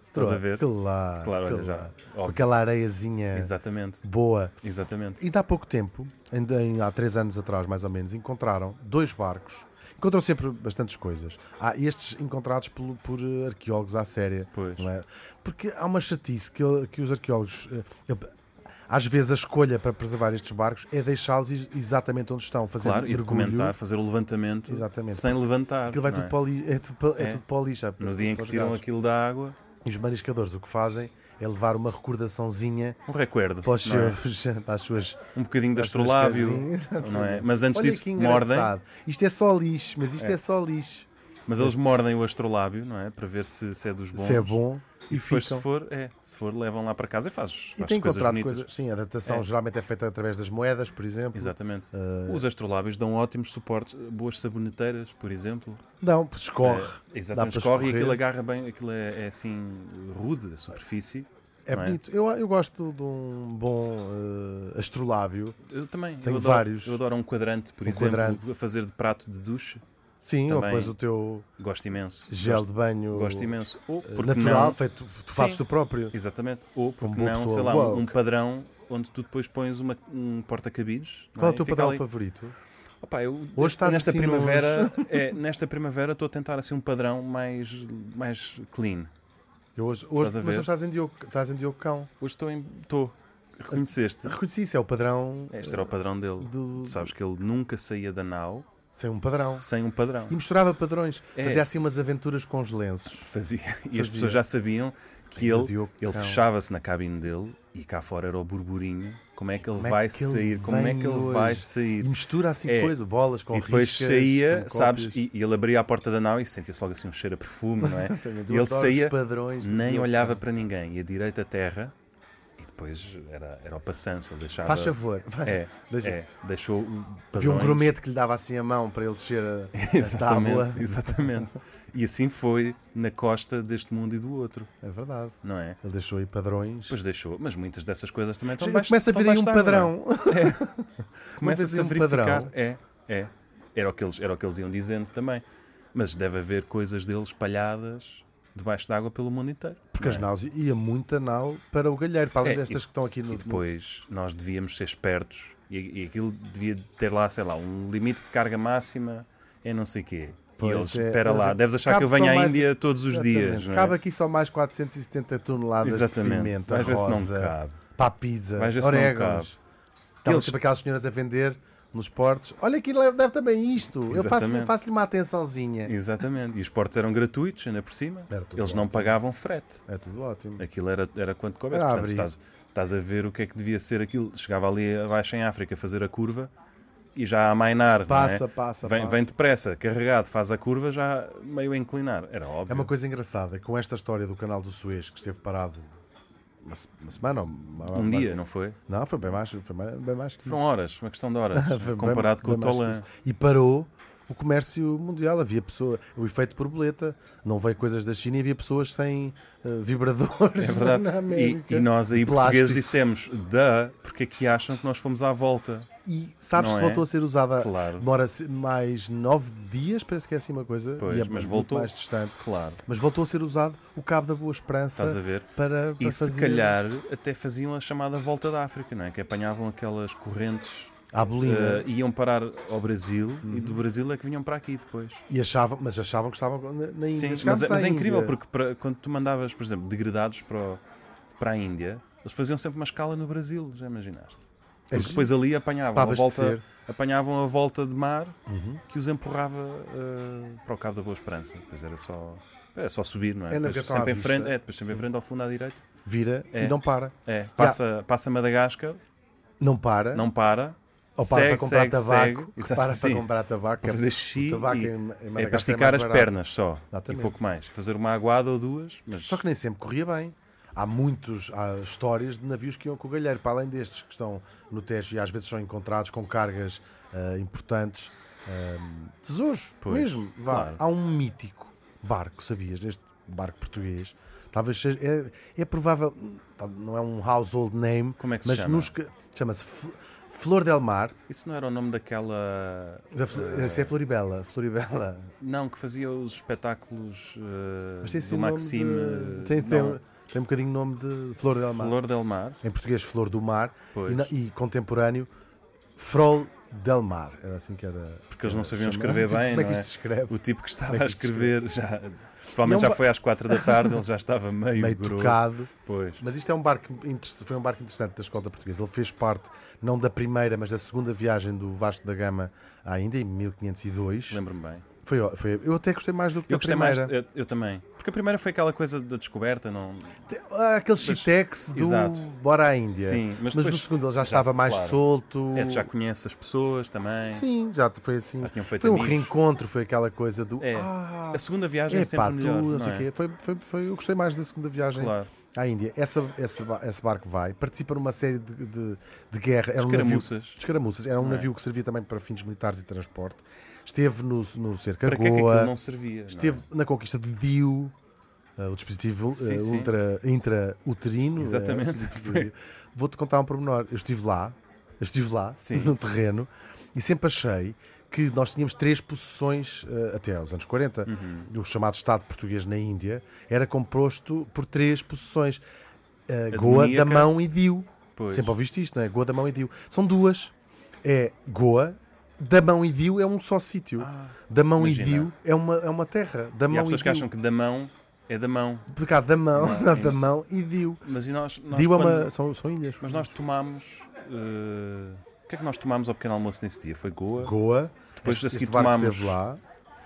Speaker 2: Estás a
Speaker 3: Troca,
Speaker 2: ver?
Speaker 3: Claro,
Speaker 2: Claro, olha
Speaker 3: claro.
Speaker 2: já. Óbvio.
Speaker 3: Aquela areiazinha
Speaker 2: Exatamente,
Speaker 3: boa.
Speaker 2: exatamente.
Speaker 3: É. E de há pouco tempo, ainda em- há três anos atrás mais ou menos, encontraram dois barcos. Encontram sempre bastantes coisas. Há estes encontrados pelo- por, eh, arqueólogos à séria.
Speaker 2: Pois.
Speaker 3: não é? Porque há uma chatice que, que os arqueólogos. eh, ele- às vezes a escolha para preservar estes barcos é deixá-los ex- exatamente onde estão, fazer
Speaker 2: Claro, e
Speaker 3: mergulho.
Speaker 2: documentar, fazer o levantamento
Speaker 3: Exatamente.
Speaker 2: sem levantar.
Speaker 3: Aquilo vai
Speaker 2: não
Speaker 3: tudo
Speaker 2: é?
Speaker 3: para o li- é tudo para- é
Speaker 2: É.
Speaker 3: tudo para o lixo. é
Speaker 2: No
Speaker 3: tudo
Speaker 2: dia em que
Speaker 3: para os
Speaker 2: tiram
Speaker 3: gatos.
Speaker 2: aquilo da água,
Speaker 3: E os mariscadores o que fazem é levar uma recordaçãozinha
Speaker 2: um recuerdo.
Speaker 3: para, os
Speaker 2: não é?
Speaker 3: seus, para as suas
Speaker 2: Um bocadinho de
Speaker 3: As suas
Speaker 2: astrolábio.
Speaker 3: casinhas,
Speaker 2: Não é?
Speaker 3: exatamente.
Speaker 2: Mas antes
Speaker 3: Olha
Speaker 2: disso,
Speaker 3: que
Speaker 2: mordem.
Speaker 3: engraçado. Isto é só lixo, mas isto é, só lixo.
Speaker 2: Mas eles mordem o astrolábio, não é? Para ver se, se é dos bons.
Speaker 3: Se é bom e,
Speaker 2: E depois,
Speaker 3: ficam.
Speaker 2: se for, é, se for, levam lá para casa e fazes
Speaker 3: E
Speaker 2: faz
Speaker 3: tem
Speaker 2: coisas
Speaker 3: encontrado
Speaker 2: bonitas.
Speaker 3: coisas. Sim, a datação
Speaker 2: É.
Speaker 3: geralmente é feita através das moedas, por exemplo.
Speaker 2: Exatamente.
Speaker 3: Eh,
Speaker 2: Os astrolábios dão ótimos suportes, boas saboneteiras, por exemplo.
Speaker 3: Não, pois escorre.
Speaker 2: É, exatamente,
Speaker 3: Dá para
Speaker 2: escorre e
Speaker 3: escorrer.
Speaker 2: aquilo agarra bem, aquilo é, é assim rude a superfície.
Speaker 3: É
Speaker 2: não é?
Speaker 3: bonito. Eu, eu gosto de um bom eh, astrolábio.
Speaker 2: Eu também.
Speaker 3: Tenho
Speaker 2: eu adoro,
Speaker 3: vários.
Speaker 2: Eu adoro um quadrante, por
Speaker 3: Um
Speaker 2: exemplo,
Speaker 3: quadrante.
Speaker 2: a fazer de prato de duche.
Speaker 3: Sim, ou
Speaker 2: Também.
Speaker 3: depois o teu
Speaker 2: Gosto imenso.
Speaker 3: gel
Speaker 2: gosto,
Speaker 3: de banho
Speaker 2: gosto imenso. Ou,
Speaker 3: eh,
Speaker 2: porque
Speaker 3: natural,
Speaker 2: não,
Speaker 3: feito, tu
Speaker 2: Sim.
Speaker 3: fazes tu próprio.
Speaker 2: Exatamente. Ou, porque
Speaker 3: boa
Speaker 2: não,
Speaker 3: pessoa
Speaker 2: sei lá, um, um
Speaker 3: woke.
Speaker 2: padrão onde tu depois pões uma, um porta-cabides. não
Speaker 3: Qual é
Speaker 2: E
Speaker 3: o teu
Speaker 2: fica
Speaker 3: padrão
Speaker 2: ali.
Speaker 3: favorito?
Speaker 2: Opa, eu,
Speaker 3: Hoje estás
Speaker 2: nesta
Speaker 3: assim nos-
Speaker 2: primavera é, Nesta primavera estou a tentar assim um padrão mais, mais clean.
Speaker 3: Eu hoje,
Speaker 2: Estás a
Speaker 3: hoje, mas
Speaker 2: ver?
Speaker 3: hoje estás em Diogo, estás em Diogo Cão.
Speaker 2: Hoje estou em. Estou. Reconheceste?
Speaker 3: Reconheci isso, é o padrão.
Speaker 2: Este era o padrão dele.
Speaker 3: do-
Speaker 2: Tu sabes que ele nunca saía da nau
Speaker 3: Sem um padrão.
Speaker 2: sem um padrão.
Speaker 3: E misturava padrões.
Speaker 2: É.
Speaker 3: Fazia assim umas aventuras com os lenços.
Speaker 2: Fazia. E as
Speaker 3: Fazia.
Speaker 2: pessoas já sabiam que
Speaker 3: Ai, meu
Speaker 2: ele,
Speaker 3: Diogo,
Speaker 2: ele
Speaker 3: cão.
Speaker 2: fechava-se na cabine dele e cá fora era o burburinho. Como é que ele
Speaker 3: Como é
Speaker 2: vai
Speaker 3: que ele
Speaker 2: sair? Como é
Speaker 3: vem
Speaker 2: que ele vai
Speaker 3: hoje? E
Speaker 2: sair?
Speaker 3: mistura assim
Speaker 2: É.
Speaker 3: coisa, bolas com
Speaker 2: e depois
Speaker 3: riscas,
Speaker 2: saía,
Speaker 3: com
Speaker 2: sabes?
Speaker 3: cópias.
Speaker 2: E, e ele abria a porta da nau e sentia-se logo assim um cheiro a perfume, não é?
Speaker 3: Exatamente,
Speaker 2: e ele
Speaker 3: eu adoro os
Speaker 2: saía,
Speaker 3: padrões de
Speaker 2: nem
Speaker 3: Diogo
Speaker 2: olhava
Speaker 3: Cão.
Speaker 2: para ninguém, ia direito à terra e depois era, era o passanço, ele deixava.
Speaker 3: Faz favor. faz-
Speaker 2: É,
Speaker 3: deixa-
Speaker 2: é, deixou.
Speaker 3: Havia um
Speaker 2: padrões.
Speaker 3: grumete que lhe dava assim a mão para ele descer a, a tábua.
Speaker 2: Exatamente, exatamente. E assim foi na costa deste mundo e do outro,
Speaker 3: É verdade.
Speaker 2: não é?
Speaker 3: Ele deixou aí padrões.
Speaker 2: Pois deixou, mas muitas dessas coisas também estão
Speaker 3: Já
Speaker 2: baixo-
Speaker 3: começa a
Speaker 2: estão
Speaker 3: vir aí um
Speaker 2: baixo d'água, não é?
Speaker 3: padrão.
Speaker 2: Começa-se a
Speaker 3: Começa a vir um
Speaker 2: verificar.
Speaker 3: padrão.
Speaker 2: É, é. Era o, que eles, era o que eles iam dizendo também. Mas deve haver coisas dele espalhadas debaixo d'água pelo mundo inteiro.
Speaker 3: Porque as
Speaker 2: não é?
Speaker 3: naus ia muita nau para o galheiro, para além
Speaker 2: É,
Speaker 3: destas
Speaker 2: e-
Speaker 3: que estão aqui no.
Speaker 2: E depois nós devíamos ser espertos e, e aquilo devia ter lá, sei lá, um limite de carga máxima em não sei quê.
Speaker 3: Pois
Speaker 2: e eles,
Speaker 3: é,
Speaker 2: espera
Speaker 3: mas
Speaker 2: lá,
Speaker 3: é-
Speaker 2: deves achar que
Speaker 3: cabe
Speaker 2: eu venho
Speaker 3: só
Speaker 2: à
Speaker 3: mais-
Speaker 2: Índia todos os
Speaker 3: Exatamente.
Speaker 2: dias. não é?
Speaker 3: Cabe aqui só mais 470 toneladas de
Speaker 2: Exatamente.
Speaker 3: pimenta
Speaker 2: Vais ver se
Speaker 3: rosa
Speaker 2: não cabe.
Speaker 3: para a pizza,
Speaker 2: Vais ver se não
Speaker 3: orégãos. Estavam
Speaker 2: Eles-
Speaker 3: sempre aquelas senhoras a vender nos portos. Olha aqui, leve, deve também isto. Eu faço-lhe
Speaker 2: Exatamente.
Speaker 3: faço-lhe uma atençãozinha.
Speaker 2: Exatamente. E os portos eram gratuitos, ainda por cima.
Speaker 3: Era tudo Ah,
Speaker 2: Eles não
Speaker 3: ótimo.
Speaker 2: pagavam frete.
Speaker 3: É tudo ótimo.
Speaker 2: Aquilo era, era quanto coubesse.
Speaker 3: Era a
Speaker 2: Portanto,
Speaker 3: abrir.
Speaker 2: estás, estás a ver o que é que devia ser aquilo. Chegava ali abaixo em África a fazer a curva e já a mainar.
Speaker 3: Passa,
Speaker 2: não é?
Speaker 3: passa,
Speaker 2: vem,
Speaker 3: passa.
Speaker 2: Vem depressa, carregado, faz a curva já meio a inclinar. Era óbvio.
Speaker 3: É uma coisa engraçada, com esta história do canal do Suez, que esteve parado uma, se- uma semana ou uma-
Speaker 2: Um
Speaker 3: uma-
Speaker 2: dia, um não foi?
Speaker 3: Não, foi bem mais, foi mais- bem mais que
Speaker 2: Foram
Speaker 3: isso.
Speaker 2: horas, uma questão de horas.
Speaker 3: Foi bem-
Speaker 2: comparado com
Speaker 3: bem
Speaker 2: o
Speaker 3: mais que
Speaker 2: Tolan.
Speaker 3: isso. E parou o comércio mundial. Havia pessoas, o efeito borboleta, não veio coisas da China e havia pessoas sem eh, vibradores
Speaker 2: É verdade.
Speaker 3: na
Speaker 2: E,
Speaker 3: América.
Speaker 2: e nós aí,
Speaker 3: de plástico.
Speaker 2: portugueses, dissemos da, porque aqui acham que nós fomos à volta.
Speaker 3: E sabes
Speaker 2: Não
Speaker 3: que
Speaker 2: é?
Speaker 3: voltou a ser usada.
Speaker 2: Claro.
Speaker 3: Demora se- mais nove dias, parece que é assim uma coisa.
Speaker 2: Pois,
Speaker 3: e é
Speaker 2: mas
Speaker 3: muito
Speaker 2: voltou.
Speaker 3: mais distante.
Speaker 2: Claro.
Speaker 3: Mas voltou a ser usado o cabo da Boa Esperança
Speaker 2: Estás a ver?
Speaker 3: para, para
Speaker 2: E
Speaker 3: fazer
Speaker 2: se calhar até faziam a chamada volta da África, não é? Que apanhavam aquelas correntes,
Speaker 3: à bolina.
Speaker 2: eh, iam parar ao Brasil
Speaker 3: Uhum.
Speaker 2: e do Brasil é que vinham para aqui depois.
Speaker 3: E achavam, mas achavam que estavam na, na Índia.
Speaker 2: Sim, mas,
Speaker 3: Chegavam-se
Speaker 2: é-
Speaker 3: à
Speaker 2: mas é incrível
Speaker 3: Índia.
Speaker 2: porque para- quando tu mandavas, por
Speaker 3: É
Speaker 2: exemplo, degradados para, o- para a Índia, eles faziam sempre uma escala no Brasil, já imaginaste? Porque depois ali apanhavam
Speaker 3: Pá,
Speaker 2: a, volta,
Speaker 3: abastecer.
Speaker 2: apanhavam a volta de mar
Speaker 3: Uhum.
Speaker 2: que os empurrava eh, para o Cabo da Boa Esperança. Depois era só, era só subir, não é?
Speaker 3: É
Speaker 2: depois
Speaker 3: navegação à
Speaker 2: sempre em
Speaker 3: vista.
Speaker 2: frente, é, depois sempre em frente ao fundo à direita.
Speaker 3: Vira
Speaker 2: É.
Speaker 3: e não para.
Speaker 2: É, passa, passa Madagascar,
Speaker 3: Não para.
Speaker 2: não para,
Speaker 3: ou para
Speaker 2: segue,
Speaker 3: para comprar
Speaker 2: segue,
Speaker 3: tabaco.
Speaker 2: segue.
Speaker 3: para para
Speaker 2: Exato, sim.
Speaker 3: comprar tabaco. é
Speaker 2: Para fazer xixi
Speaker 3: o tabaco
Speaker 2: e-
Speaker 3: em- em
Speaker 2: é
Speaker 3: Madagascar
Speaker 2: para esticar
Speaker 3: mais
Speaker 2: as
Speaker 3: barato.
Speaker 2: pernas só
Speaker 3: Exatamente.
Speaker 2: e pouco mais. Fazer uma aguada ou duas, mas
Speaker 3: Só que nem sempre corria bem. Há muitas histórias de navios que iam com o galheiro, para além destes que estão no Tejo e às vezes são encontrados com cargas ah, importantes, ah, tesouros
Speaker 2: Pois,
Speaker 3: mesmo. Vá,
Speaker 2: claro.
Speaker 3: Há um mítico barco, sabias, neste barco português. Talvez seja, é, é provável, tal- não é um household name,
Speaker 2: Como é que se
Speaker 3: mas
Speaker 2: chama?
Speaker 3: nos que- chama-se Fl- Flor del Mar,
Speaker 2: isso não era o nome daquela.
Speaker 3: da, Fl-
Speaker 2: Eh.
Speaker 3: esse é Floribela, Floribela.
Speaker 2: Não, que fazia os espetáculos eh,
Speaker 3: Mas tem sim
Speaker 2: do
Speaker 3: nome
Speaker 2: Maxime.
Speaker 3: de-
Speaker 2: eh,
Speaker 3: tem, tem,
Speaker 2: não,
Speaker 3: tem um bocadinho nome de Flor del Mar.
Speaker 2: Flor del Mar.
Speaker 3: em português Flor do Mar
Speaker 2: Pois.
Speaker 3: e, na- e contemporâneo Frol del Mar. Era assim que era.
Speaker 2: Porque eles não
Speaker 3: era
Speaker 2: sabiam
Speaker 3: chamado.
Speaker 2: escrever bem,
Speaker 3: Como é que
Speaker 2: não é?
Speaker 3: isto se escreve?
Speaker 2: O tipo que estava
Speaker 3: Como
Speaker 2: a
Speaker 3: é que se
Speaker 2: escrever já. Provavelmente
Speaker 3: E é um
Speaker 2: já
Speaker 3: ba-
Speaker 2: foi às quatro da tarde, ele já estava meio,
Speaker 3: Meio
Speaker 2: grosso.
Speaker 3: tocado.
Speaker 2: Pois.
Speaker 3: Mas isto é um barco interessante, foi um barco interessante da escola portuguesa. Ele fez parte, não da primeira, mas da segunda viagem do Vasco da Gama, ainda em 1502.
Speaker 2: Lembro-me bem.
Speaker 3: Foi, ó- foi- eu até gostei mais do que
Speaker 2: Eu
Speaker 3: a
Speaker 2: gostei
Speaker 3: primeira.
Speaker 2: mais. Eu, eu também. Porque a primeira foi aquela coisa da descoberta, não.
Speaker 3: Ah, Aquele chitex do
Speaker 2: Exato.
Speaker 3: Bora à Índia.
Speaker 2: Sim, mas
Speaker 3: mas,
Speaker 2: depois
Speaker 3: no segundo ele já,
Speaker 2: já
Speaker 3: estava
Speaker 2: se-
Speaker 3: mais
Speaker 2: claro.
Speaker 3: solto.
Speaker 2: É, tu já conhece as pessoas também.
Speaker 3: Sim, já foi assim.
Speaker 2: É. Já tinham feito
Speaker 3: foi um
Speaker 2: amigos.
Speaker 3: reencontro, foi aquela coisa do.
Speaker 2: É.
Speaker 3: "Ah,
Speaker 2: A segunda viagem é
Speaker 3: É
Speaker 2: sempre
Speaker 3: pá, tu,
Speaker 2: melhor.
Speaker 3: não
Speaker 2: não
Speaker 3: sei
Speaker 2: é?
Speaker 3: o quê. Foi, foi, foi- eu gostei mais da segunda viagem
Speaker 2: Claro.
Speaker 3: à Índia. Essa, esse, ba- esse barco vai, participa numa série de, de, de guerra. Era um navio,
Speaker 2: Escaramuças.
Speaker 3: de escaramuças. Era um
Speaker 2: Não é?
Speaker 3: navio que servia também para fins militares e transporte. Esteve no, no
Speaker 2: Para que é que aquilo não
Speaker 3: Cercagoa,
Speaker 2: servia? não é?
Speaker 3: esteve na conquista de Dio, eh, o dispositivo eh,
Speaker 2: Sim, sim.
Speaker 3: ultra, intrauterino. eh,
Speaker 2: Exatamente.
Speaker 3: assim que se diz. Vou-te contar um pormenor. Eu estive lá, eu estive lá,
Speaker 2: Sim.
Speaker 3: no terreno, e sempre achei que nós tínhamos três possessões eh, até aos anos 40.
Speaker 2: Uhum.
Speaker 3: O chamado Estado português na Índia era composto por três possessões: eh,
Speaker 2: A
Speaker 3: Goa,
Speaker 2: demoníaca.
Speaker 3: Damão e Dio.
Speaker 2: Pois.
Speaker 3: Sempre ouviste isto, não é? Goa, Damão e Dio. São duas. É Goa, Damão e Dio é um só sítio.
Speaker 2: Ah.
Speaker 3: Damão
Speaker 2: imagina.
Speaker 3: e Dio é uma, é uma terra.
Speaker 2: E há
Speaker 3: Damão e
Speaker 2: pessoas que
Speaker 3: Dio.
Speaker 2: acham que da mão é da mão.
Speaker 3: Porque há Damão,
Speaker 2: Não,
Speaker 3: não,
Speaker 2: é.
Speaker 3: Damão e Dio.
Speaker 2: Mas e nós, nós
Speaker 3: Dio é
Speaker 2: quando-
Speaker 3: uma, são, são ilhas.
Speaker 2: Mas nós tomámos. eh, O que é que nós tomámos ao pequeno almoço nesse dia? Foi Goa.
Speaker 3: Goa.
Speaker 2: Depois a
Speaker 3: este,
Speaker 2: seguir
Speaker 3: este barco
Speaker 2: tomámos-
Speaker 3: esteve lá.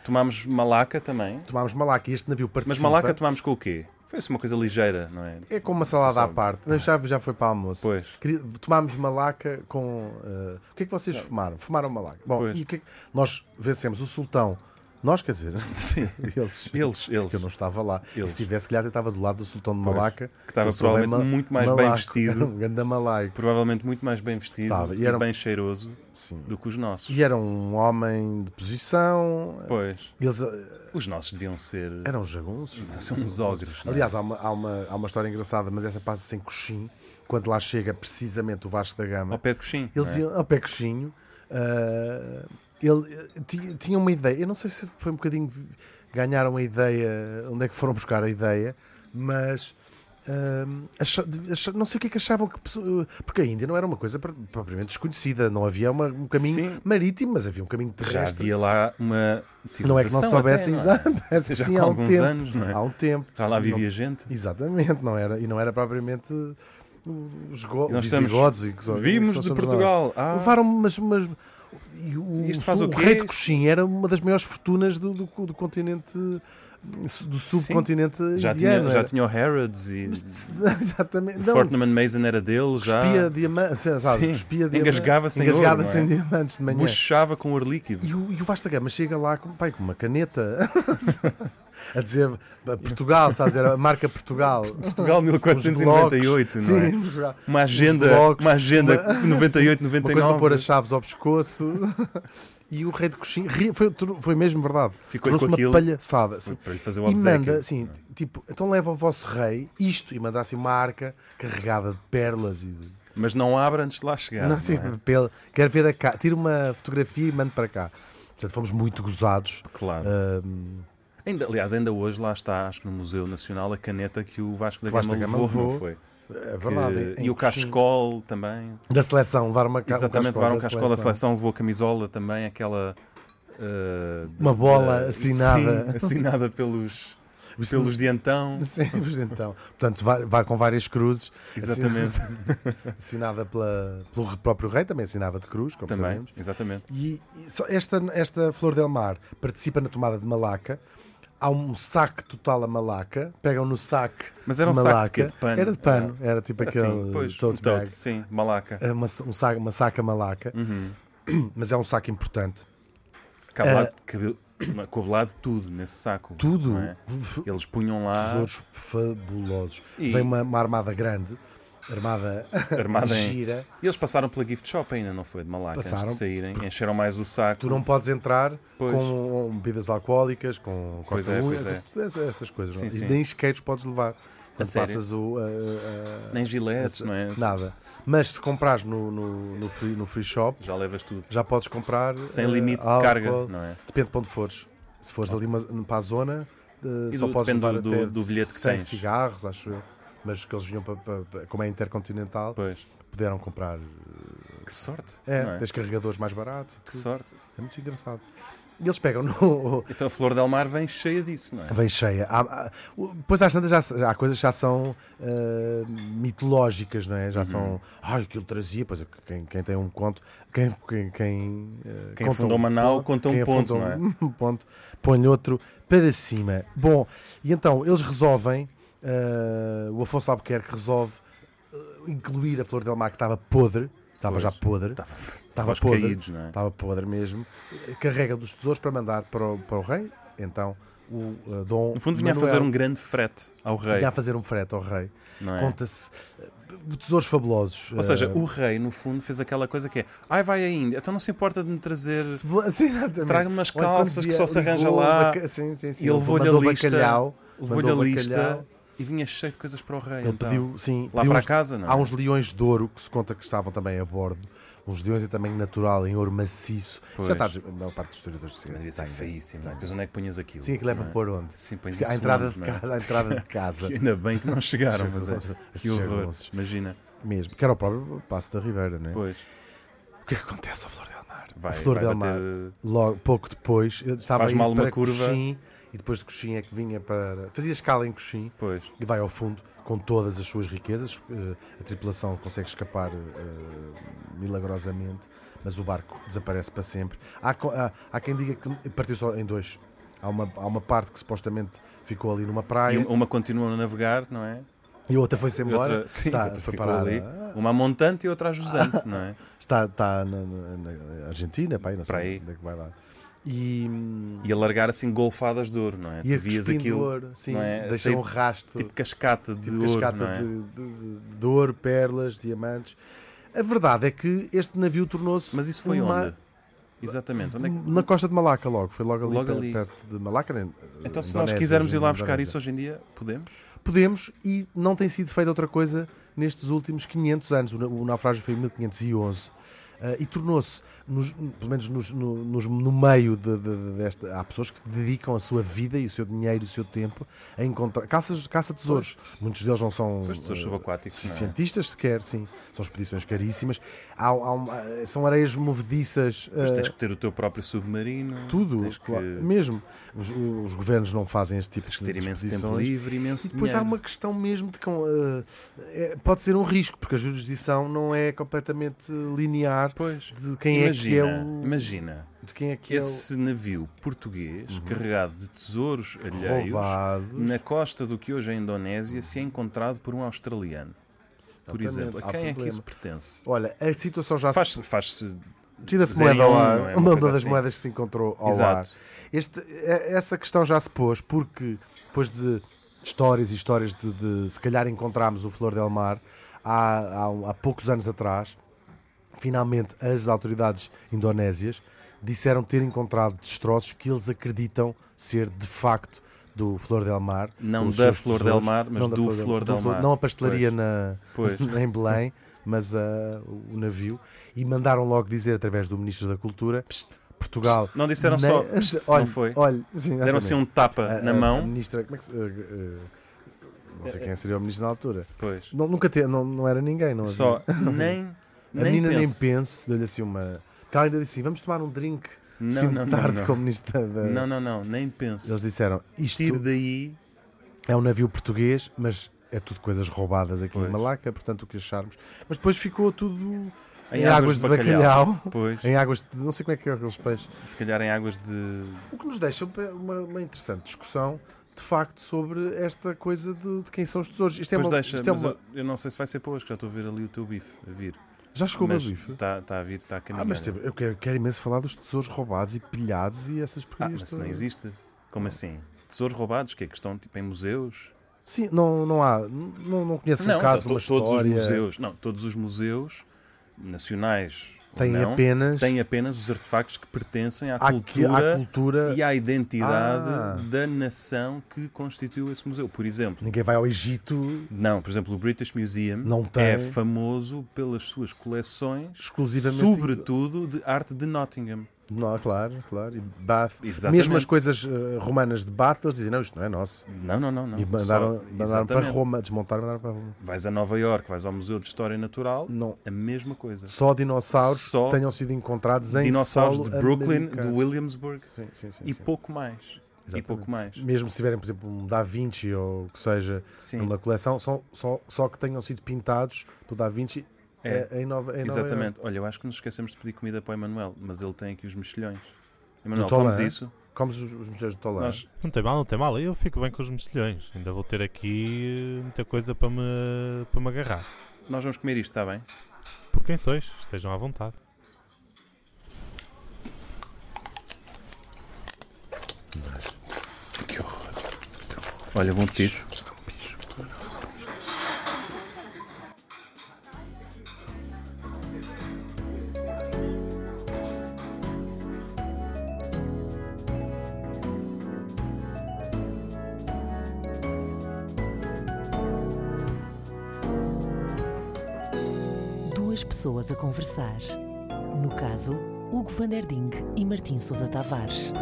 Speaker 2: Tomámos Malaca também.
Speaker 3: Tomámos Malaca e este navio participa.
Speaker 2: Mas Malaca tomámos com o quê? Foi assim uma coisa ligeira, não é?
Speaker 3: É como uma salada
Speaker 2: Só- Ah.
Speaker 3: à parte. Não, já, já foi para almoço.
Speaker 2: Pois.
Speaker 3: Queria- Tomámos malaca com. eh, o que é que vocês fumaram? Fumaram malaca. Bom,
Speaker 2: Pois.
Speaker 3: e o que é que- nós vencemos o Sultão. Nós, quer dizer,
Speaker 2: Sim.
Speaker 3: eles.
Speaker 2: Eles, eles.
Speaker 3: Eu não estava lá. E
Speaker 2: Eles.
Speaker 3: se tivesse, calhar, eu estava do lado do Sultão de Malaca.
Speaker 2: que estava
Speaker 3: Eu sou bem
Speaker 2: provavelmente muito mais bem
Speaker 3: malaco.
Speaker 2: vestido.
Speaker 3: Era um grande malaico.
Speaker 2: Provavelmente muito mais bem vestido
Speaker 3: Estava, e
Speaker 2: e,
Speaker 3: era- um-
Speaker 2: bem cheiroso
Speaker 3: Sim.
Speaker 2: do que os nossos.
Speaker 3: E era um homem de posição.
Speaker 2: Pois.
Speaker 3: Eles eh,
Speaker 2: Os nossos deviam ser.
Speaker 3: eram jagunços.
Speaker 2: São uns ogres. não é?
Speaker 3: Aliás, há uma, há, uma, há uma história engraçada, mas essa passa sem coxim. Quando lá chega precisamente o Vasco da Gama,
Speaker 2: Ao pé de coxim. não
Speaker 3: eles
Speaker 2: é?
Speaker 3: iam ao pé coxinho. ah, ele eh, tinha, tinha uma ideia. Eu não sei se foi um bocadinho. vi- Ganharam a ideia. Onde é que foram buscar a ideia? Mas. ahm, acha- de- acha- não sei o que é que achavam que pessoa- porque a Índia não era uma coisa pro- propriamente desconhecida, não havia uma- um caminho
Speaker 2: Sim.
Speaker 3: marítimo, mas havia um caminho
Speaker 2: Já
Speaker 3: terrestre.
Speaker 2: havia lá uma civilização.
Speaker 3: Não é que não soubessem,
Speaker 2: até, não é?
Speaker 3: exato, parece que
Speaker 2: Já
Speaker 3: sim,
Speaker 2: com
Speaker 3: há um
Speaker 2: alguns
Speaker 3: tempo.
Speaker 2: anos, não é?
Speaker 3: Há um tempo,
Speaker 2: Já lá
Speaker 3: Não-
Speaker 2: vivia gente.
Speaker 3: Exatamente, não era, e não era propriamente uh, os go-
Speaker 2: E nós estamos-
Speaker 3: visigodos e que só-
Speaker 2: Vimos
Speaker 3: que só
Speaker 2: de
Speaker 3: somos
Speaker 2: Portugal. Ah.
Speaker 3: Levaram umas. umas e o,
Speaker 2: Isto faz o
Speaker 3: o
Speaker 2: quê?
Speaker 3: rei de Coxim era uma das maiores fortunas do, do, do continente do subcontinente
Speaker 2: Já
Speaker 3: indiano.
Speaker 2: tinha, já
Speaker 3: era.
Speaker 2: tinha o Harrods e
Speaker 3: Exatamente.
Speaker 2: o
Speaker 3: Não,
Speaker 2: Fortnum Mason era dele já.
Speaker 3: cuspia diamantes,
Speaker 2: Sim.
Speaker 3: sabe? Cuspia diamantes.
Speaker 2: Engasgava-se em ouro,
Speaker 3: Engasgava
Speaker 2: não é?
Speaker 3: diamantes de manhã.
Speaker 2: Buchava com ouro líquido.
Speaker 3: E o, e o Vasco da Gama chega lá com, pai, com uma caneta a dizer Portugal, sabes? Era a marca Portugal.
Speaker 2: Portugal
Speaker 3: Os blocos.
Speaker 2: 1498, não é?
Speaker 3: Sim, Portugal.
Speaker 2: Uma
Speaker 3: Os
Speaker 2: agenda,
Speaker 3: blocos,
Speaker 2: uma agenda
Speaker 3: uma-
Speaker 2: 98,
Speaker 3: Uma coisa para
Speaker 2: 99.
Speaker 3: pôr as chaves ao pescoço. e o rei de coxinha. ri- Foi, tru- foi mesmo verdade.
Speaker 2: Ficou
Speaker 3: Trouxe
Speaker 2: com
Speaker 3: uma
Speaker 2: aquilo.
Speaker 3: palhaçada. assim.
Speaker 2: para lhe fazer o
Speaker 3: E
Speaker 2: obsequio.
Speaker 3: manda, assim,
Speaker 2: é?
Speaker 3: t- tipo, então leva ao vosso rei isto e manda assim uma arca carregada de pérolas e de.
Speaker 2: Mas não abra antes de lá chegar.
Speaker 3: não,
Speaker 2: não
Speaker 3: assim,
Speaker 2: é?
Speaker 3: pela- Quero ver a cá. Tira uma fotografia e mando para cá. Portanto, fomos muito gozados.
Speaker 2: Claro.
Speaker 3: Ahm,
Speaker 2: Ainda, aliás, ainda hoje lá está, acho que no Museu Nacional, a caneta que o Vasco da
Speaker 3: O Vasco
Speaker 2: Gama
Speaker 3: da Gama
Speaker 2: levou, não
Speaker 3: levou.
Speaker 2: foi?
Speaker 3: é
Speaker 2: Que-
Speaker 3: verdade. em-
Speaker 2: e
Speaker 3: em
Speaker 2: o
Speaker 3: coxinha.
Speaker 2: Cascol também.
Speaker 3: Da seleção, levar uma ca- um
Speaker 2: Exatamente,
Speaker 3: cascol
Speaker 2: levaram o Cascol da seleção, levou a camisola também, aquela. eh,
Speaker 3: Uma bola
Speaker 2: eh,
Speaker 3: assinada.
Speaker 2: Sim, assinada pelos.
Speaker 3: Isso não-
Speaker 2: pelos de então.
Speaker 3: Sim, mas então. Portanto, vai, vai com várias cruzes.
Speaker 2: Exatamente.
Speaker 3: assin- Assinada pela, pelo próprio rei, também assinava de cruz, como
Speaker 2: Também,
Speaker 3: sabemos.
Speaker 2: exatamente.
Speaker 3: E, e só esta, esta Flor del Mar participa na tomada de Malaca. Há um saque total a Malaca. Pegam no saque
Speaker 2: Mas era um
Speaker 3: de
Speaker 2: saco de
Speaker 3: Malaca.
Speaker 2: quê? De pano?
Speaker 3: Era de pano. Era tipo
Speaker 2: Assim,
Speaker 3: aquele
Speaker 2: pois, um
Speaker 3: tote
Speaker 2: tote,
Speaker 3: bag.
Speaker 2: sim, malaca.
Speaker 3: É Uma, um saque, uma saca Malaca.
Speaker 2: Uhum.
Speaker 3: Mas é um saque importante.
Speaker 2: Cabelado,
Speaker 3: Eh,
Speaker 2: cabelo, cabelado tudo nesse saco.
Speaker 3: Tudo.
Speaker 2: não é? Eles punham lá
Speaker 3: tesouros fabulosos.
Speaker 2: Ah. E-
Speaker 3: Vem uma, uma armada grande, armada,
Speaker 2: armada em...
Speaker 3: gira.
Speaker 2: E eles passaram pela gift shop ainda, não foi? De malaca,
Speaker 3: Passaram.
Speaker 2: antes de saírem. Encheram mais o saco.
Speaker 3: Tu não podes entrar
Speaker 2: Pois.
Speaker 3: com um, bebidas alcoólicas, com
Speaker 2: Pois é, pois é.
Speaker 3: com essa- essas coisas. não.
Speaker 2: Sim, sim.
Speaker 3: E nem skates podes levar. Quando
Speaker 2: sério?
Speaker 3: passas o. a- a-
Speaker 2: Nem giletes,
Speaker 3: essa-
Speaker 2: não é?
Speaker 3: Nada. Mas se comprares no, no, no free, no free shop,
Speaker 2: Já levas tudo.
Speaker 3: já podes comprar.
Speaker 2: Sem
Speaker 3: eh,
Speaker 2: limite de
Speaker 3: álcool.
Speaker 2: carga, não é?
Speaker 3: Depende de onde fores. Se fores ali uma- para a zona, eh,
Speaker 2: E
Speaker 3: só
Speaker 2: do-
Speaker 3: podes
Speaker 2: depende
Speaker 3: levar
Speaker 2: do-
Speaker 3: até
Speaker 2: do bilhete que
Speaker 3: 100
Speaker 2: tens.
Speaker 3: cigarros, acho eu. Mas que eles vinham para, para- para- como é intercontinental,
Speaker 2: Pois.
Speaker 3: puderam comprar.
Speaker 2: Que sorte.
Speaker 3: É,
Speaker 2: não é?
Speaker 3: tens carregadores mais baratos. e
Speaker 2: Que
Speaker 3: tudo.
Speaker 2: sorte.
Speaker 3: É muito engraçado. E eles pegam no.
Speaker 2: Então a Flor del Mar vem cheia disso, não é?
Speaker 3: Vem cheia. Há, há- o- depois às tantas já, se- já há coisas que já são ah, mitológicas, não é?
Speaker 2: Uhum.
Speaker 3: Já são. Ai, aquilo trazia. Pois quem, quem tem um conto. Quem. Quem, quem, ah,
Speaker 2: Quem
Speaker 3: conta
Speaker 2: fundou Manaus
Speaker 3: pon-
Speaker 2: conta um
Speaker 3: quem
Speaker 2: ponto,
Speaker 3: afundou
Speaker 2: não
Speaker 3: Um ponto, põe outro para cima. Bom, e então eles resolvem. ah, o Afonso de Albuquerque resolve ah, incluir a Flor del Mar que estava podre. Estava
Speaker 2: Pois.
Speaker 3: já podre.
Speaker 2: Tava-
Speaker 3: Estava
Speaker 2: Tava
Speaker 3: podre.
Speaker 2: caídos, não é?
Speaker 3: Estava podre mesmo. Carrega dos tesouros para mandar para o, para o rei. Então, o eh, Dom.
Speaker 2: No fundo vinha a fazer um grande frete ao rei,
Speaker 3: Vinha a fazer um frete ao rei.
Speaker 2: não é?
Speaker 3: Conta-se. eh, tesouros fabulosos.
Speaker 2: Ou seja, o rei, no fundo, fez aquela coisa que é ai, vai à Índia, então não se importa de me trazer...
Speaker 3: Eh,
Speaker 2: traga-me umas calças que só se arranja lá.
Speaker 3: Sim, sim, sim.
Speaker 2: E
Speaker 3: Ele
Speaker 2: levou-lhe
Speaker 3: mandou
Speaker 2: a lista,
Speaker 3: Bacalhau,
Speaker 2: Levou-lhe a
Speaker 3: mandou
Speaker 2: lista
Speaker 3: bacalhau.
Speaker 2: e vinha cheio de coisas para o rei.
Speaker 3: Ele
Speaker 2: então.
Speaker 3: pediu, sim,
Speaker 2: Lá
Speaker 3: pediu
Speaker 2: para
Speaker 3: uns-
Speaker 2: casa, não é?
Speaker 3: Há uns leões de ouro que se conta que estavam também a bordo. Uns leões em tamanho natural, em ouro maciço.
Speaker 2: Pois.
Speaker 3: Isso é tarde, a maior parte dos historiadores de
Speaker 2: Mas
Speaker 3: cinema
Speaker 2: devia ser
Speaker 3: tem, né?
Speaker 2: feíssimo, não é? Depois onde é que punhas aquilo?
Speaker 3: Sim, aquilo é
Speaker 2: não
Speaker 3: para pôr onde?
Speaker 2: Sim, pões isso
Speaker 3: à entrada
Speaker 2: longe,
Speaker 3: de
Speaker 2: não é?
Speaker 3: casa, à entrada de casa
Speaker 2: Que ainda bem que não chegaram, mas é,
Speaker 3: Chegou-se.
Speaker 2: que horror.
Speaker 3: Chegou-se.
Speaker 2: Imagina,
Speaker 3: mesmo, que era o próprio Passo da Ribeira, né?
Speaker 2: pois,
Speaker 3: O que é que acontece ao Flor del Mar?
Speaker 2: vai,
Speaker 3: o Flor
Speaker 2: vai
Speaker 3: del Mar,
Speaker 2: bater...
Speaker 3: logo pouco depois, eu estava
Speaker 2: Faz
Speaker 3: a ir
Speaker 2: mal uma
Speaker 3: para
Speaker 2: curva.
Speaker 3: Coxim, e depois de Coxim é que vinha para. Fazia escala em Coxim
Speaker 2: Pois,
Speaker 3: e vai ao fundo com todas as suas riquezas. eh, A tripulação consegue escapar eh, milagrosamente, mas o barco desaparece para sempre. Há, co- há, há quem diga que partiu só em dois. Há uma, há uma parte que supostamente ficou ali numa
Speaker 2: e
Speaker 3: praia
Speaker 2: uma- uma continua a navegar, não é?
Speaker 3: e a outra foi-se
Speaker 2: E
Speaker 3: embora.
Speaker 2: outra, sim,
Speaker 3: está,
Speaker 2: outra
Speaker 3: foi
Speaker 2: ficou
Speaker 3: parar
Speaker 2: ali.
Speaker 3: a-
Speaker 2: Uma a montante e outra a jusante, não é?
Speaker 3: Está, está na, na- na Argentina, pá, aí não
Speaker 2: Para aí.
Speaker 3: sei onde é que vai lá. E, hum,
Speaker 2: E a largar assim golfadas de ouro, não é?
Speaker 3: e a
Speaker 2: Tu vias
Speaker 3: cuspindo
Speaker 2: aquilo,
Speaker 3: ouro, sim,
Speaker 2: não é? A
Speaker 3: deixa
Speaker 2: sair
Speaker 3: um rasto
Speaker 2: tipo cascata de
Speaker 3: tipo
Speaker 2: ouro,
Speaker 3: cascata
Speaker 2: não é?
Speaker 3: de, de- de- de ouro, perlas, diamantes. A verdade é que este navio tornou-se.
Speaker 2: Mas isso foi
Speaker 3: uma-
Speaker 2: onde? Exatamente, onde é que...
Speaker 3: Na costa de Malaca, logo. Foi logo ali,
Speaker 2: Logo
Speaker 3: pe-
Speaker 2: ali.
Speaker 3: perto de Malaca. né?
Speaker 2: Então se
Speaker 3: Indonésia,
Speaker 2: nós quisermos ir lá buscar
Speaker 3: Indonésia.
Speaker 2: isso hoje em dia, podemos?
Speaker 3: Podemos e não tem sido feita outra coisa nestes últimos 500 anos. O, na- o naufrágio foi em 1511 ah, e tornou-se, nos- pelo menos nos- no, nos- no meio de, de- de- desta. Há pessoas que dedicam a sua vida e o seu dinheiro e o seu tempo a encontrar caças, caça-tesouros. Muitos deles não são
Speaker 2: Pois, tesouros
Speaker 3: ah,
Speaker 2: subaquáticos, não é?
Speaker 3: cientistas sequer, sim. São expedições caríssimas. Há- há um- ah, são areias movediças.
Speaker 2: Mas
Speaker 3: ah,
Speaker 2: tens que ter o teu próprio submarino,
Speaker 3: tudo,
Speaker 2: tens que,
Speaker 3: claro, mesmo. Os, os governos não fazem este tipo
Speaker 2: tens que
Speaker 3: de
Speaker 2: ter imenso tempo
Speaker 3: expedições.
Speaker 2: livre, imenso
Speaker 3: E depois há
Speaker 2: dinheiro.
Speaker 3: uma questão mesmo de que eh, eh, pode ser um risco, porque a jurisdição não é completamente linear
Speaker 2: Pois,
Speaker 3: de quem
Speaker 2: imagina,
Speaker 3: é que é o.
Speaker 2: imagina,
Speaker 3: De quem é Uhum. que
Speaker 2: esse navio português carregado de tesouros
Speaker 3: é o
Speaker 2: alheios
Speaker 3: roubado.
Speaker 2: na costa do que hoje é a Indonésia se é encontrado por um australiano. Por
Speaker 3: Exatamente,
Speaker 2: exemplo, a
Speaker 3: há
Speaker 2: quem é que
Speaker 3: problema.
Speaker 2: isso pertence?
Speaker 3: Olha, a situação já se.
Speaker 2: Faz-se faz-se
Speaker 3: Tira-se
Speaker 2: zero em
Speaker 3: moeda ao
Speaker 2: um,
Speaker 3: ar,
Speaker 2: não é?
Speaker 3: uma,
Speaker 2: coisa
Speaker 3: das
Speaker 2: assim.
Speaker 3: moedas que se encontrou ao
Speaker 2: Exato.
Speaker 3: ar. Este, é- essa questão já se pôs, porque depois de histórias e histórias de, de- se calhar encontrarmos o Flor del Mar há, há, um- há poucos anos atrás, finalmente as autoridades indonésias disseram ter encontrado destroços que eles acreditam ser de facto do Flor del Mar.
Speaker 2: Não
Speaker 3: os
Speaker 2: da
Speaker 3: seus
Speaker 2: Flor
Speaker 3: tesouros,
Speaker 2: del Mar, mas
Speaker 3: não da
Speaker 2: do Flor del Mar.
Speaker 3: Não a pastelaria na,
Speaker 2: Pois.
Speaker 3: em Belém, mas ah, o navio. E mandaram logo dizer, através do Ministro da Cultura,
Speaker 2: Psst.
Speaker 3: Portugal.
Speaker 2: Não disseram
Speaker 3: Ne-
Speaker 2: só, psst,
Speaker 3: olha,
Speaker 2: não foi?
Speaker 3: Olha, sim,
Speaker 2: Deram
Speaker 3: exatamente.
Speaker 2: assim um tapa
Speaker 3: A-
Speaker 2: na
Speaker 3: a- a
Speaker 2: mão. É,
Speaker 3: ministra, como é que se- eh, eh, não sei quem seria o ministro na altura.
Speaker 2: Pois.
Speaker 3: Não, nunca te, não, não era ninguém, não havia.
Speaker 2: Só nem.
Speaker 3: A menina nem
Speaker 2: pense.
Speaker 3: pense, deu-lhe assim uma. Porque ela ainda disse assim: vamos tomar um drink de
Speaker 2: Não,
Speaker 3: fim
Speaker 2: não,
Speaker 3: de
Speaker 2: não,
Speaker 3: tarde
Speaker 2: não.
Speaker 3: com o ministro da. da-"
Speaker 2: Não, não, não, nem pense.
Speaker 3: Eles disseram: isto.
Speaker 2: Tire daí
Speaker 3: É um navio português, mas é tudo coisas roubadas aqui
Speaker 2: Pois.
Speaker 3: em Malaca, portanto o que acharmos. Mas depois ficou tudo
Speaker 2: Em
Speaker 3: em,
Speaker 2: águas
Speaker 3: águas,
Speaker 2: de
Speaker 3: de bacalhau,
Speaker 2: Pois,
Speaker 3: em águas de não sei como é que é aqueles peixes.
Speaker 2: se calhar em águas de.
Speaker 3: O que nos deixa uma, uma interessante discussão, de facto, sobre esta coisa de, de quem são os tesouros. Isto é
Speaker 2: Pois
Speaker 3: uma,
Speaker 2: deixa,
Speaker 3: isto é
Speaker 2: mas
Speaker 3: uma-
Speaker 2: eu, eu não sei se vai ser para hoje, que já estou a ver ali o teu bife a vir.
Speaker 3: Já chegou
Speaker 2: mas
Speaker 3: o bife?
Speaker 2: Está tá a vir, está a
Speaker 3: Ah,
Speaker 2: caminhar.
Speaker 3: mas tipo, eu quero, quero imenso falar dos tesouros roubados e pilhados e essas
Speaker 2: Ah,
Speaker 3: porcarias
Speaker 2: mas isso não
Speaker 3: todas.
Speaker 2: existe. Como assim? Tesouros roubados, que é que estão tipo, em museus?
Speaker 3: Sim, não, não há. Não, não conheço um
Speaker 2: não, tá
Speaker 3: caso
Speaker 2: to-
Speaker 3: de uma
Speaker 2: to- todos os
Speaker 3: história.
Speaker 2: museus. Não, todos os museus nacionais ou
Speaker 3: Têm
Speaker 2: não,
Speaker 3: apenas
Speaker 2: têm apenas os artefactos que pertencem à
Speaker 3: à, que-
Speaker 2: cultura,
Speaker 3: à cultura.
Speaker 2: e à identidade
Speaker 3: Ah.
Speaker 2: da nação que constituiu esse museu. Por exemplo,
Speaker 3: Ninguém vai ao Egito
Speaker 2: não, por exemplo, o British Museum
Speaker 3: Não
Speaker 2: é
Speaker 3: tem.
Speaker 2: famoso pelas suas coleções,
Speaker 3: exclusivamente.
Speaker 2: sobretudo de arte de Nottingham.
Speaker 3: Não, claro, claro. E Bath.
Speaker 2: Exatamente.
Speaker 3: Mesmo as coisas eh, romanas de Bath, eles dizem, não, isto não é nosso.
Speaker 2: Não, não, não, não.
Speaker 3: E mandaram,
Speaker 2: Só-
Speaker 3: mandaram para
Speaker 2: exatamente.
Speaker 3: Roma, desmontaram e mandaram para Roma.
Speaker 2: Vais a Nova Iorque, vais ao Museu de História Natural,
Speaker 3: Não.
Speaker 2: a mesma coisa.
Speaker 3: Só dinossauros
Speaker 2: Só
Speaker 3: tenham sido encontrados em
Speaker 2: Dinossauros
Speaker 3: solo
Speaker 2: de Brooklyn,
Speaker 3: americano.
Speaker 2: de Williamsburg
Speaker 3: Sim, sim, sim,
Speaker 2: e
Speaker 3: sim.
Speaker 2: pouco mais. E
Speaker 3: Exatamente.
Speaker 2: pouco mais.
Speaker 3: Mesmo se tiverem, por exemplo, um Da Vinci ou o que seja
Speaker 2: Sim.
Speaker 3: numa coleção, só, só, só que tenham sido pintados pelo Da Vinci
Speaker 2: É.
Speaker 3: eh, em Nova em Nova Iorque.
Speaker 2: Exatamente. Olha, eu acho que nos esquecemos de pedir comida para o Emanuel, mas ele tem aqui os mexilhões. Emanuel,
Speaker 3: Do Tolã,
Speaker 2: comes
Speaker 3: é?
Speaker 2: isso?
Speaker 3: Comes os, os museus de Tolã.
Speaker 2: Nós,
Speaker 4: Não tem mal, não tem mal. Eu fico bem com os mexilhões. Ainda vou ter aqui eh, muita coisa para me, para me agarrar.
Speaker 2: nós vamos comer isto, está bem?
Speaker 4: Por quem sois, estejam à vontade.
Speaker 2: Olha, bom apetite.
Speaker 1: Duas pessoas a conversar. No caso, Hugo Van Der Ding e Martim Sousa Tavares.